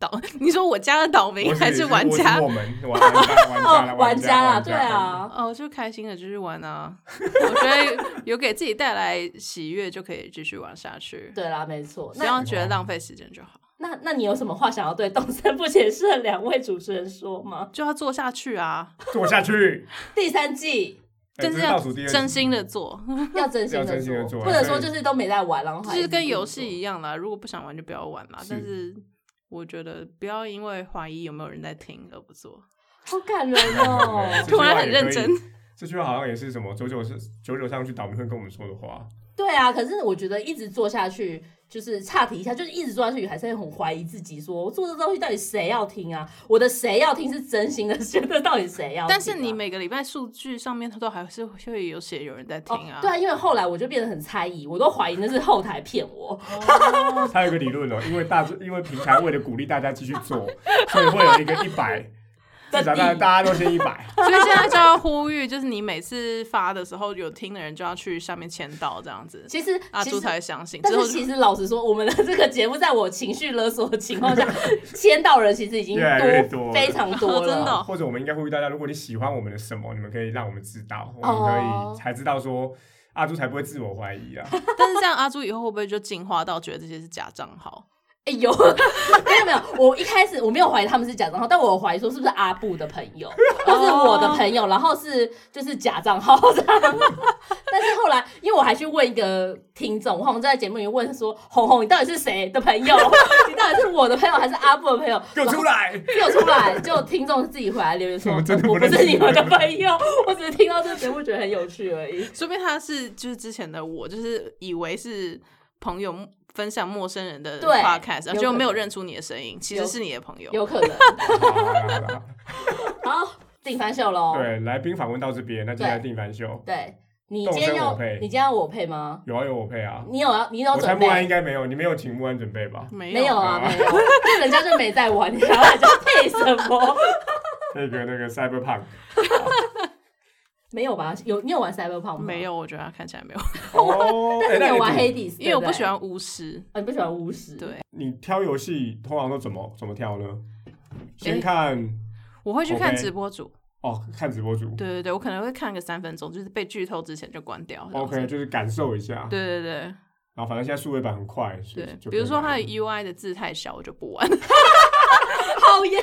Speaker 3: 岛，你说我家的岛民
Speaker 1: 我
Speaker 3: 还是玩家
Speaker 1: 我？我们玩
Speaker 3: (laughs)
Speaker 1: 玩家，玩家，
Speaker 2: 哦，玩家啦，
Speaker 1: 啦，
Speaker 2: 对，啊，
Speaker 3: 哦，就开心的继续玩啊！ (laughs) 我觉得有给自己带来喜悦，就可以继续玩下去，
Speaker 2: 对啦，没错。
Speaker 3: 不
Speaker 2: 那
Speaker 3: 要觉得浪费时间就好，
Speaker 2: 那那你有什么话想要对动身不解释的两位主持人说吗？ (laughs)
Speaker 3: 就要做下去啊！
Speaker 1: 做下
Speaker 3: (laughs)
Speaker 1: 去。
Speaker 2: 第三季
Speaker 1: 哎
Speaker 3: 但
Speaker 1: 这
Speaker 3: 是
Speaker 1: 是
Speaker 3: 要
Speaker 1: 倒数第二集，
Speaker 3: 真心的做，
Speaker 2: 要真心
Speaker 1: 要真心
Speaker 2: 的
Speaker 1: 地做啊
Speaker 2: 不能
Speaker 1: 所
Speaker 2: 说
Speaker 1: 以
Speaker 2: 就是都没在玩，然后
Speaker 3: 就
Speaker 2: 还
Speaker 3: 是跟
Speaker 2: 一直
Speaker 3: 游
Speaker 2: 做
Speaker 3: 戏一样啦。如果不想玩就不要玩啦。但是我觉得不要因为怀疑有没有人在听而不做。
Speaker 2: 好感人哦
Speaker 1: 对。
Speaker 3: 突然很认真。
Speaker 1: 这句话也可以这句话好像也是什么九九是九九上去岛民会跟我们说的话，
Speaker 2: 对啊，可是我觉得一直做下去，就是岔题一下，就是一直做下去，还是会很怀疑自己说，我做这东西到底谁要听啊？我的谁要听是真心的， (laughs) 觉得到底谁要听啊、
Speaker 3: 但是你每个礼拜数据上面它都还是会有写有人在听啊。
Speaker 2: 哦，对啊，因为后来我就变得很猜疑，我都怀疑那是后台骗
Speaker 1: (laughs)
Speaker 2: 我。
Speaker 1: 还有一个理论哦，因为大因为平台为了鼓励大家继续做，所以会有一个一百，至少大家大家都先一百。
Speaker 3: 所以现在就要呼吁，就是你每次发的时候，有听的人就要去下面签到这样子，
Speaker 2: 其实
Speaker 3: 阿
Speaker 2: 其实
Speaker 3: 朱才会相信。
Speaker 2: 但
Speaker 3: 之后
Speaker 2: 是
Speaker 3: 就
Speaker 2: 其实老实说，我们的这个节目在我情绪勒索的情况
Speaker 1: (laughs)
Speaker 2: 下，签到人其实已经
Speaker 1: 越来越多了
Speaker 2: 非常多了，
Speaker 3: 真的
Speaker 1: 啊
Speaker 3: 哦
Speaker 1: 或者我们应该呼吁大家，如果你喜欢我们的什么，你们可以让我们知道，我
Speaker 2: 哦
Speaker 1: 们可以才知道说阿朱才不会自我怀
Speaker 2: (laughs)
Speaker 1: 疑啊。
Speaker 3: 但是这样阿朱以后会不会就进化到觉得这些是假账号？
Speaker 2: 哎呦， (laughs) 没有没有，我一开始我没有怀疑他们是假账号，但我有怀疑说是不是阿布的朋
Speaker 1: (laughs)
Speaker 2: 友，或是我的朋友，然后是就是假账号这样。但是后来，因为我还去问一个听众，我好像在节目里面问说：“红红，你到底是谁的朋友？ (laughs) 你到底是我的朋友还是阿布的朋友？” (laughs)
Speaker 1: 给我出来！
Speaker 2: 给我出来！就听众自己回来留言说：“
Speaker 1: 我真的不
Speaker 2: 我不
Speaker 1: 认识
Speaker 2: 是你们的 (laughs)
Speaker 1: 你们
Speaker 2: 朋友，我只是听到这个节目觉得很有趣而
Speaker 1: (laughs)
Speaker 2: 已。”
Speaker 3: 说不定他是就是之前的我，就是以为是朋友分享陌生人的
Speaker 2: 对有
Speaker 3: podcast，然后
Speaker 2: 可
Speaker 3: 就没有
Speaker 2: 能
Speaker 3: 认出你的声音，其
Speaker 2: 有
Speaker 3: 实是你的朋友。
Speaker 2: 有可能。
Speaker 1: 好啊啦好啦好啦
Speaker 2: 好，定番秀喽。
Speaker 1: 对，来宾访问到这边，那接下来定番秀，
Speaker 2: 对，你
Speaker 1: 动
Speaker 2: 今天
Speaker 1: 身
Speaker 2: 要
Speaker 1: 我配
Speaker 2: 你今天要我配吗？
Speaker 1: 有啊有我配啊。
Speaker 2: 你有要，你有
Speaker 1: 我猜
Speaker 2: 准
Speaker 1: 木安应
Speaker 2: 备？
Speaker 1: 该没有，你没有请木安准备
Speaker 2: (laughs)
Speaker 1: 吧？
Speaker 3: 没
Speaker 2: 没有
Speaker 3: 啊？
Speaker 2: 啊， (laughs) 没有，就人家就没在玩，你还要人家配什么？
Speaker 1: 那个那个
Speaker 2: (laughs)
Speaker 1: Cyberpunk，
Speaker 2: 没有吧？有你有玩 Cyberpunk 吗？
Speaker 3: 没，有，我觉得他看起来没有，
Speaker 1: 哦，
Speaker 2: 但是
Speaker 1: 哎
Speaker 2: 你有玩，
Speaker 1: 那你
Speaker 2: Hades，
Speaker 3: 因为我不喜
Speaker 2: 对
Speaker 3: 欢巫师。
Speaker 2: 对，啊你不喜欢巫师，
Speaker 3: 对，
Speaker 1: 你挑游戏通常都怎么怎么挑呢？
Speaker 3: 哎
Speaker 1: 先看
Speaker 3: 我会去看
Speaker 1: OK
Speaker 3: 直播主。
Speaker 1: 哦，看直播主
Speaker 3: 对对对，我可能会看个三分钟，就是被剧透之前就关掉。这样子
Speaker 1: ，OK，就是感受一下。
Speaker 3: 对对对
Speaker 1: 然后反正现在数位版很快，所以
Speaker 3: 对，
Speaker 1: 就
Speaker 3: 比如
Speaker 1: 可以
Speaker 3: 说它
Speaker 1: 玩
Speaker 3: 的 UI 的字太小，我就不玩。
Speaker 2: 好严，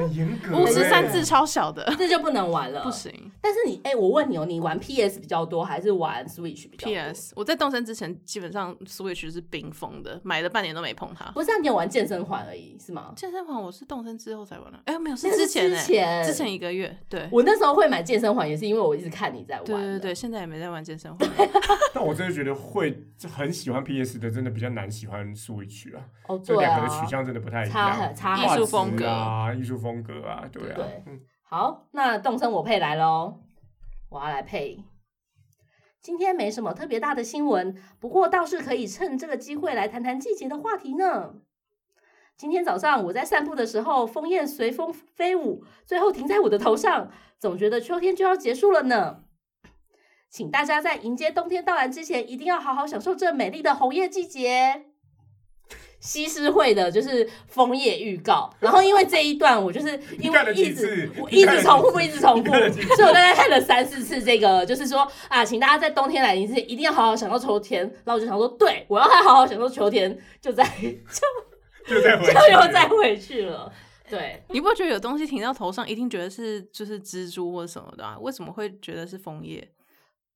Speaker 1: 很严格欸，
Speaker 3: 巫师三字超小的，
Speaker 2: 这就不能玩了。
Speaker 3: 不行。
Speaker 2: 但是你，哎，我问你哦，你玩 PS 比较多还是玩 Switch 比较多
Speaker 3: P.S. 我在动身之前，基本上 Switch 是冰封的，买了半年都没碰它。
Speaker 2: 不是啊，你有玩健身环而已是吗？
Speaker 3: 健身房我是动身之后才玩的，哎、没有是
Speaker 2: 那是
Speaker 3: 之前、
Speaker 2: 之
Speaker 3: 欸，
Speaker 2: 前
Speaker 3: 之前一个月，对，
Speaker 2: 我那时候会买健身环，也是因为我一直看你在玩。
Speaker 3: 对对对，，现在也没在玩健身房。 (laughs)
Speaker 1: 但我真的觉得会很喜欢 PS 的，真的比较难喜欢 Switch 啊，
Speaker 2: 哦
Speaker 1: 这
Speaker 2: 对
Speaker 1: 两个的
Speaker 2: 啊
Speaker 1: 取，向真的不太一
Speaker 2: 差
Speaker 1: 样
Speaker 2: 很，差
Speaker 3: 艺
Speaker 2: 很
Speaker 3: 术风
Speaker 1: 画质
Speaker 3: 格
Speaker 1: 啊，艺术风格啊，对啊
Speaker 2: 对，
Speaker 1: 嗯
Speaker 2: 好，那动身我配来喽，我要来配。今天没什么特别大的新闻，不过倒是可以趁这个机会来谈谈季节的话题呢。今天早上我在散步的时候，枫叶随风飞舞，最后停在我的头上，总觉得秋天就要结束了呢。请大家在迎接冬天到来之前，一定要好好享受这美丽的红叶季节。西施会的就是枫叶预告，然后因为这一段
Speaker 1: (laughs)
Speaker 2: 我就是
Speaker 1: 你
Speaker 2: 因
Speaker 1: 看了
Speaker 2: 为一
Speaker 1: 几
Speaker 2: 直
Speaker 1: 次
Speaker 2: 我
Speaker 1: 你
Speaker 2: 一
Speaker 1: 看了
Speaker 2: 直
Speaker 1: 几
Speaker 2: 重复，一直重
Speaker 1: 你
Speaker 2: 复，所
Speaker 1: 看了几
Speaker 2: 以我大概看了三四次这个，就是说啊，请大家在冬天来临之前一定要好好享受秋天。然后我就想说，对我要好好享受秋天，就在就
Speaker 1: 就再回去
Speaker 2: 就又再回去了，对。
Speaker 3: 你不觉得有东西停到头上，一定觉得是就是蜘蛛或什么的、啊？为什么会觉得是枫叶？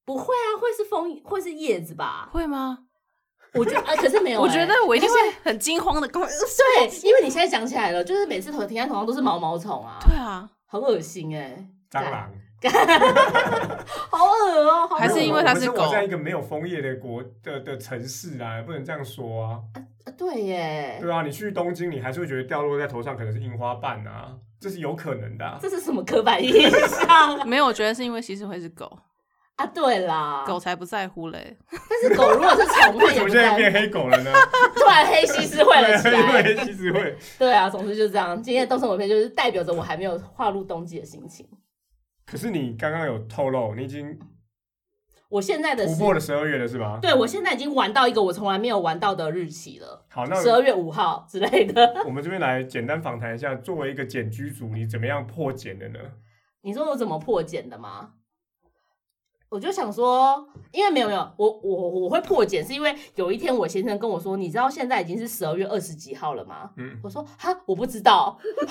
Speaker 2: 不会啊，会是枫，会是叶子吧？
Speaker 3: 会吗？
Speaker 2: 我觉得， (laughs) 啊、可是没有欸、
Speaker 3: 我觉得我一定
Speaker 2: 因为
Speaker 3: 会很惊慌的。对
Speaker 2: 对，因为你现在讲起来了，就是每次头停在头上都是毛毛虫啊，
Speaker 3: (laughs) 对啊，
Speaker 2: 很恶心哎、
Speaker 1: 蟑螂，
Speaker 2: 好恶哦、好恶
Speaker 3: 还是因为它是
Speaker 1: 我们
Speaker 3: 狗
Speaker 1: 在一个没有枫叶的国的的城市啊，不能这样说啊。
Speaker 2: 啊对耶，
Speaker 1: 对啊，你去东京，你还是会觉得掉落在头上可能是樱花瓣啊，这是有可能的啊、
Speaker 2: 这是什么刻板印象 (laughs) 啊？
Speaker 3: 没有，我觉得是因为西施会是狗，
Speaker 2: 啊对啦，
Speaker 3: 狗才不在乎嘞。
Speaker 2: 但是狗如果是宠物，
Speaker 1: 为
Speaker 2: 也
Speaker 1: 什
Speaker 2: 不
Speaker 1: 么现在
Speaker 2: 在
Speaker 1: (laughs) 变黑狗了呢？
Speaker 2: 突然黑西施会了起
Speaker 1: (laughs) 对因
Speaker 2: 来。
Speaker 1: 为其实会。
Speaker 2: 对啊，总之就是这样。今天的动身我片就是代表着我还没有跨入冬季的心情。
Speaker 1: 可是你刚刚有透露，你已经
Speaker 2: 我现在的
Speaker 1: 突
Speaker 2: 是，
Speaker 1: 破了十二月了是吗？
Speaker 2: 对我现在已经玩到一个我从来没有玩到的日期了，
Speaker 1: 好，那
Speaker 2: 十二月五号之类的。 (laughs)
Speaker 1: 我们这边来简单访谈一下，作为一个简居族，你怎么样破茧的呢？
Speaker 2: 你说我怎么破茧的吗？我就想说，因为没有没有，我我我会破茧，是因为有一天我先生跟我说，你知道现在已经是十二月二十几号了吗？
Speaker 1: 嗯，
Speaker 2: 我说哈，我不知道， (laughs) 就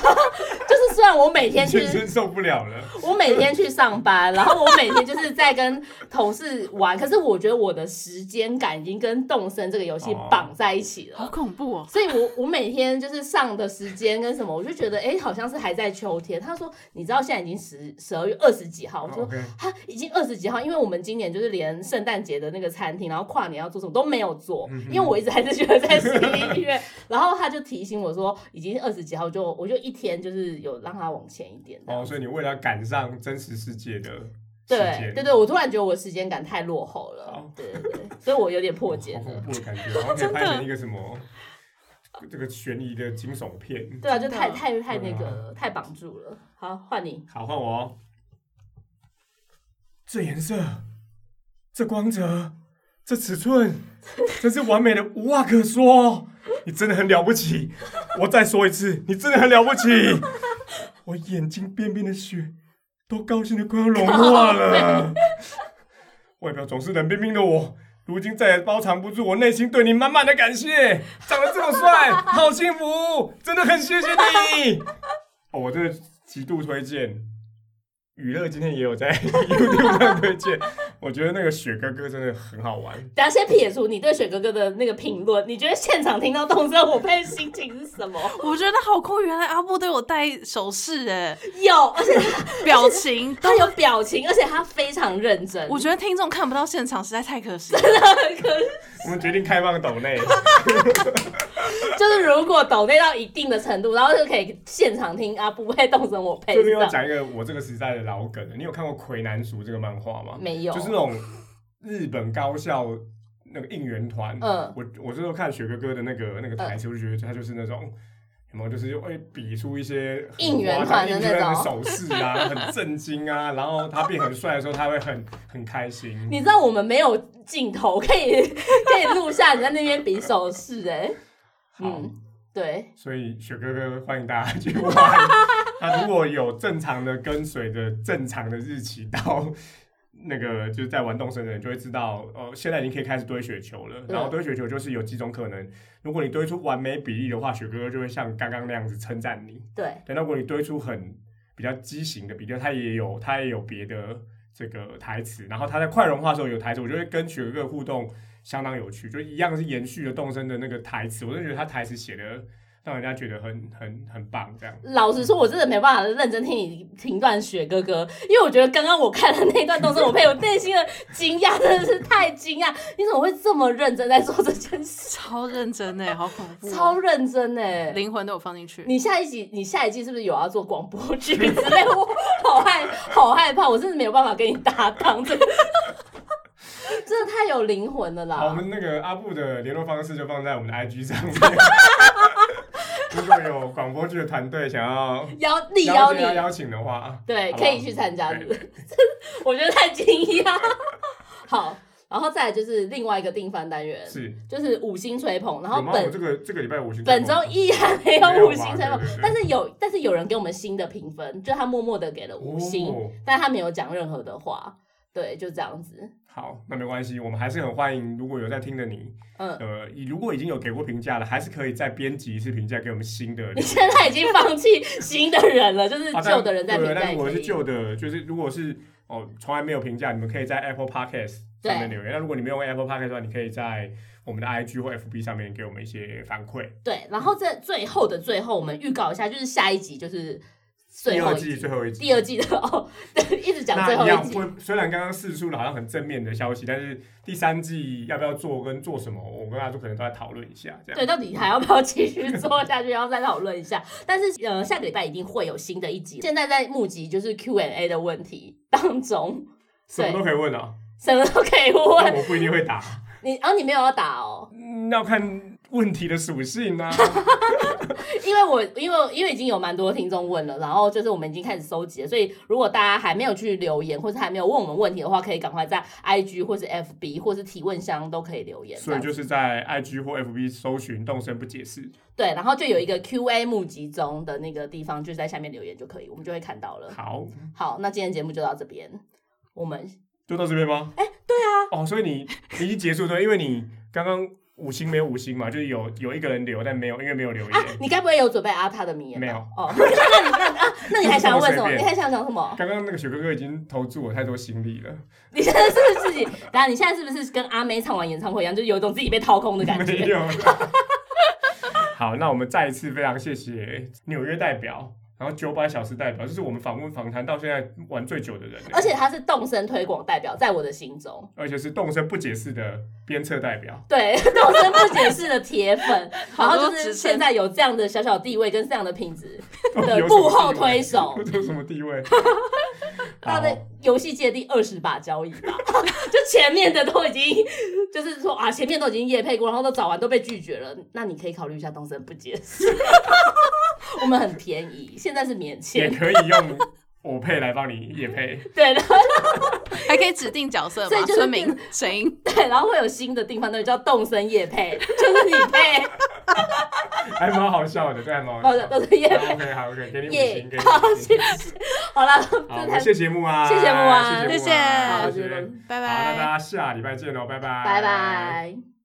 Speaker 2: 是虽然我每天去
Speaker 1: 先生受不了了，
Speaker 2: 我每天去上班，然后我每天就是在跟同事玩，可是我觉得我的时间感已经跟动森这个游戏
Speaker 1: 哦
Speaker 2: 绑在一起
Speaker 3: 好
Speaker 2: 了。
Speaker 3: 恐怖哦！
Speaker 2: 所以我，我每天就是上的时间跟什么，我就觉得，哎、好像是还在秋天。他说，你知道现在已经十十二月二十几号，我说
Speaker 1: 哦 OK
Speaker 2: 哈，已经二十几号，因因为我们今年就是连圣诞节的那个餐厅，然后跨年要做什么都没有做，
Speaker 1: 嗯
Speaker 2: 因为我一直还是觉得在十
Speaker 1: (laughs)
Speaker 2: 一月。然后他就提醒我说，已经二十几号就，我就一天就是有让他往前一点这样
Speaker 1: 哦，所以你为了赶上真实世界的时
Speaker 2: 对
Speaker 1: 间
Speaker 2: 对对，我突然觉得我时间感太落后了
Speaker 1: 好，哦
Speaker 2: 对对对，所以我有点破解
Speaker 1: 好恐
Speaker 2: 了。
Speaker 1: 怖的感
Speaker 2: (laughs)
Speaker 1: 觉，好像可以拍成一个什么这个悬疑的惊悚片。
Speaker 2: 对啊，就
Speaker 3: 真的哦
Speaker 2: 太太太
Speaker 1: 对
Speaker 2: 那
Speaker 1: 啊
Speaker 2: 个了，太绑住了。好，换你。
Speaker 1: 好，换我哦。这颜色，这光泽，这尺寸，真是完美的，无话可说。你真的很了不起，我再说一次，你真的很了不起。我眼睛边边的血都高兴的快要融化了。外表总是冷冰冰的我，如今再也包藏不住我内心对你满满的感谢。长得这么帅，好幸福，真的很谢谢你。哦，我真的极度推荐。娱乐今天也有在 (laughs) YouTube 上推荐，我觉得那个雪哥哥真的很好玩。
Speaker 2: 等下先撇除你对雪哥哥的那个评论，你觉得现场听到动车火配的心情是什么？
Speaker 3: 我觉得好酷，原来阿布对我戴首饰哎，
Speaker 2: (laughs) 有，而且他
Speaker 3: 表情都
Speaker 2: 他。有表情，而且他非常认真。
Speaker 3: 我觉得听众看不到现场实在太可惜了。
Speaker 1: 我们决定开放抖内，
Speaker 2: 就是如果抖内到一定的程度，然后就可以现场听阿布会动成我配
Speaker 1: 这边
Speaker 2: 这
Speaker 1: 要
Speaker 2: 样。
Speaker 1: 讲一个我这个时代的老梗了。你有看过《魁南鼠》这个漫画吗？
Speaker 2: 没有，
Speaker 1: 就是那种日本高校那个应援团。
Speaker 2: 嗯
Speaker 1: 我我这时候看雪哥哥的那个那个台词，我就觉得他就是那种。有没有就是会比出一些很
Speaker 2: 应援
Speaker 1: 夸张
Speaker 2: 团的
Speaker 1: 应
Speaker 2: 那
Speaker 1: 援
Speaker 2: 种
Speaker 1: 手势啊，很震惊啊，然后他变很帅的时候，他会很很开心。
Speaker 2: (laughs) 你知道我们没有镜头，可以可以录下你在那边比手势哎、
Speaker 1: 好，
Speaker 2: 嗯对，
Speaker 1: 所以雪哥哥欢迎大家去玩。 (laughs) 他如果有正常的跟随着正常的日期到 (laughs) 那个就是在玩动森的人，就会知道，呃，现在已经可以开始堆雪球了。然后堆雪球就是有几种可能，如果你堆出完美比例的话，雪哥哥就会像刚刚那样子称赞你。
Speaker 2: 对，
Speaker 1: 但如果你堆出很比较畸形的比较，它也有它也有别的这个台词，然后它在快融化的时候有台词，我觉得跟雪哥哥互动相当有趣，就一样是延续了动身的那个台词，我就觉得他台词写的让人家觉得很很很棒，这样。
Speaker 2: 老实说，我真的没办法认真听你评断雪哥哥，因为我觉得刚刚我看了那段动作，我配我内心的惊讶真的是太惊讶，你怎么会这么认真在做这件事？
Speaker 3: 超认真哎，好恐怖哦、
Speaker 2: 超认真哎、
Speaker 3: 灵魂都有放进去。
Speaker 2: 你下一集，你下一季是不是有要做广播剧之类？我好害，好害怕，我真的没有办法跟你搭档，这个 (laughs) 真的太有灵魂了
Speaker 1: 好，我
Speaker 2: 啦！
Speaker 1: 们那个阿布的联络方式就放在我
Speaker 2: (laughs)
Speaker 1: 们的 IG 上面。如果有广播剧的团队想要
Speaker 2: 邀力邀
Speaker 1: 邀
Speaker 2: 你，
Speaker 1: 要邀请的话，
Speaker 2: 对，
Speaker 1: 好不
Speaker 2: 可
Speaker 1: 好
Speaker 2: 以去参加，
Speaker 1: 对
Speaker 2: 是不 (laughs) 是我觉得太惊讶。 (laughs) 好，然后再来就是另外一个定番单元，
Speaker 1: 是。
Speaker 2: 就是五星吹捧，然后
Speaker 1: 有吗我
Speaker 2: 本
Speaker 1: 这个这个礼拜五星
Speaker 2: 本周依然没有五星吹
Speaker 1: 没有吧
Speaker 2: 捧
Speaker 1: 对对对，
Speaker 2: 但是有但是有人给我们新的评分，就他默默的给了五星，
Speaker 1: 哦
Speaker 2: 但他没有讲任何的话，对，就这样子，
Speaker 1: 好，那没关系，我们还是很欢迎，如果有在听的你，
Speaker 2: 嗯。
Speaker 1: (laughs) 呃，如果已经有给过评价了，还是可以再编辑一次评价给我们新的
Speaker 2: 你。现在已经放弃新的
Speaker 1: (laughs)
Speaker 2: 人了，就是
Speaker 1: 啊但
Speaker 2: 旧的人在评
Speaker 1: 对，
Speaker 2: 价
Speaker 1: 但
Speaker 2: 也
Speaker 1: 如果
Speaker 2: 可
Speaker 1: 是
Speaker 2: 以。
Speaker 1: 旧的，就是如果是哦从来没有评价，你们可以在 Apple Podcast
Speaker 2: 对
Speaker 1: 上面留言。那如果你没有用 Apple Podcast 的话，你可以在我们的 IG 或 FB 上面给我们一些反馈。
Speaker 2: 对，然后在最后的最后，我们预告一下，就是下一集就是
Speaker 1: 第
Speaker 2: 最后
Speaker 1: 二
Speaker 2: 一
Speaker 1: 季
Speaker 2: 集，
Speaker 1: 最后一集，
Speaker 2: 第二季的哦，对，一直讲
Speaker 1: 那
Speaker 2: 最后
Speaker 1: 一样
Speaker 2: 一集。
Speaker 1: 会，虽然刚刚试出了好像很正面的消息，但是第三季要不要做跟做什么，我跟阿朱可能都在讨论一下。这样
Speaker 2: 对，到底还要不要继续做下去，然后再讨论一下。但是呃，下个礼拜一定会有新的一集。现在在募集就是 Q&A 的问题当中，
Speaker 1: 什么都可以问啊，
Speaker 2: 什么都可以
Speaker 1: 但
Speaker 2: 问
Speaker 1: 我不一定会答。
Speaker 2: 你。然后你没有要打哦，
Speaker 1: 嗯要看问题的属性 (laughs) 啊。
Speaker 2: 因为我因为因为已经有蛮多听众问了，然后就是我们已经开始收集了，所以如果大家还没有去留言或者还没有问我们问题的话，可以赶快在 IG 或是 FB 或是提问箱都可以留言。
Speaker 1: 所以
Speaker 2: 这
Speaker 1: 就
Speaker 2: 样
Speaker 1: 是在 IG 或 FB 搜寻“动身不解释
Speaker 2: 对，然后就有一个 Q&A 募集中的那个地方，就在下面留言就可以，我们就会看到”。了。
Speaker 1: 好，
Speaker 2: 好，那今天节目就到这边，我们
Speaker 1: 就到这边吗？哎、对啊。哦，所以你你已经结束对，因为你刚刚五星没有五星嘛，就是有有一个人留，但没有，因为没有留言。
Speaker 2: 啊，你该不会有准备阿塔的名言吧？
Speaker 1: 没有
Speaker 2: 哦， (laughs) 那你那啊，那你还想要问什么？
Speaker 1: 这么随
Speaker 2: 你
Speaker 1: 便
Speaker 2: 还想讲什么？
Speaker 1: 刚刚那个雪哥哥已经投注我太多心力了，
Speaker 2: 你现在是不是自己？等下，你现在是不是跟阿妹唱完演唱会一样，就是有一种自己被掏空的
Speaker 1: (laughs)
Speaker 2: 感
Speaker 1: 没
Speaker 2: 觉？
Speaker 1: 有。好，那我们再一次非常谢谢纽约代表然后九百小时代表，就是我们访问访谈到现在玩最久的人欸，
Speaker 2: 而且他是动身推广代表，在我的心中，
Speaker 1: 而且是动身不解释的鞭策代表。
Speaker 2: 对 (laughs) 动身不解释的铁粉，然
Speaker 3: 好
Speaker 2: 后
Speaker 3: 多
Speaker 2: 就是
Speaker 3: 职
Speaker 2: 现
Speaker 3: 称
Speaker 2: 在有这样的小小地位跟这样的品质的
Speaker 1: 有什么
Speaker 2: 幕后
Speaker 1: 地位，
Speaker 2: 推手
Speaker 1: 有什么地位？
Speaker 2: (laughs) 他
Speaker 1: 好
Speaker 2: 的游戏界第二十把交椅吧， (laughs) 就前面的都已经就是说啊，前面都已经夜配过，然后都找完都被拒绝了，那你可以考虑一下动身不解释， (laughs) 我们很便宜，现在是免
Speaker 1: 也
Speaker 2: 签，
Speaker 1: 可以用我配来帮你也配， (laughs)
Speaker 2: 对的。
Speaker 3: 还可以指定角色
Speaker 2: 所以
Speaker 3: 嘛？
Speaker 2: 就是
Speaker 3: 村民、神鹰，
Speaker 2: 对，然后会有新的地方，那个叫动身夜配，就是你配，
Speaker 1: 还蛮好笑的，对，还蛮好
Speaker 2: 哦，
Speaker 1: 笑的。
Speaker 2: 都是夜配。
Speaker 1: OK，好，OK，给你五
Speaker 2: 耶
Speaker 1: 星，给你
Speaker 2: 好，
Speaker 1: 五
Speaker 2: 谢
Speaker 1: 星。
Speaker 2: 谢。好了，
Speaker 1: 好，我
Speaker 2: 这
Speaker 1: 们
Speaker 2: 才
Speaker 1: 谢谢木啊，
Speaker 2: 谢谢木啊
Speaker 1: 谢木
Speaker 3: 谢谢
Speaker 1: 啊
Speaker 2: 好
Speaker 1: 谢谢。
Speaker 2: 这
Speaker 1: 好，
Speaker 2: 个
Speaker 3: 拜
Speaker 1: 那大家下礼拜见喽，拜拜，
Speaker 2: 拜拜。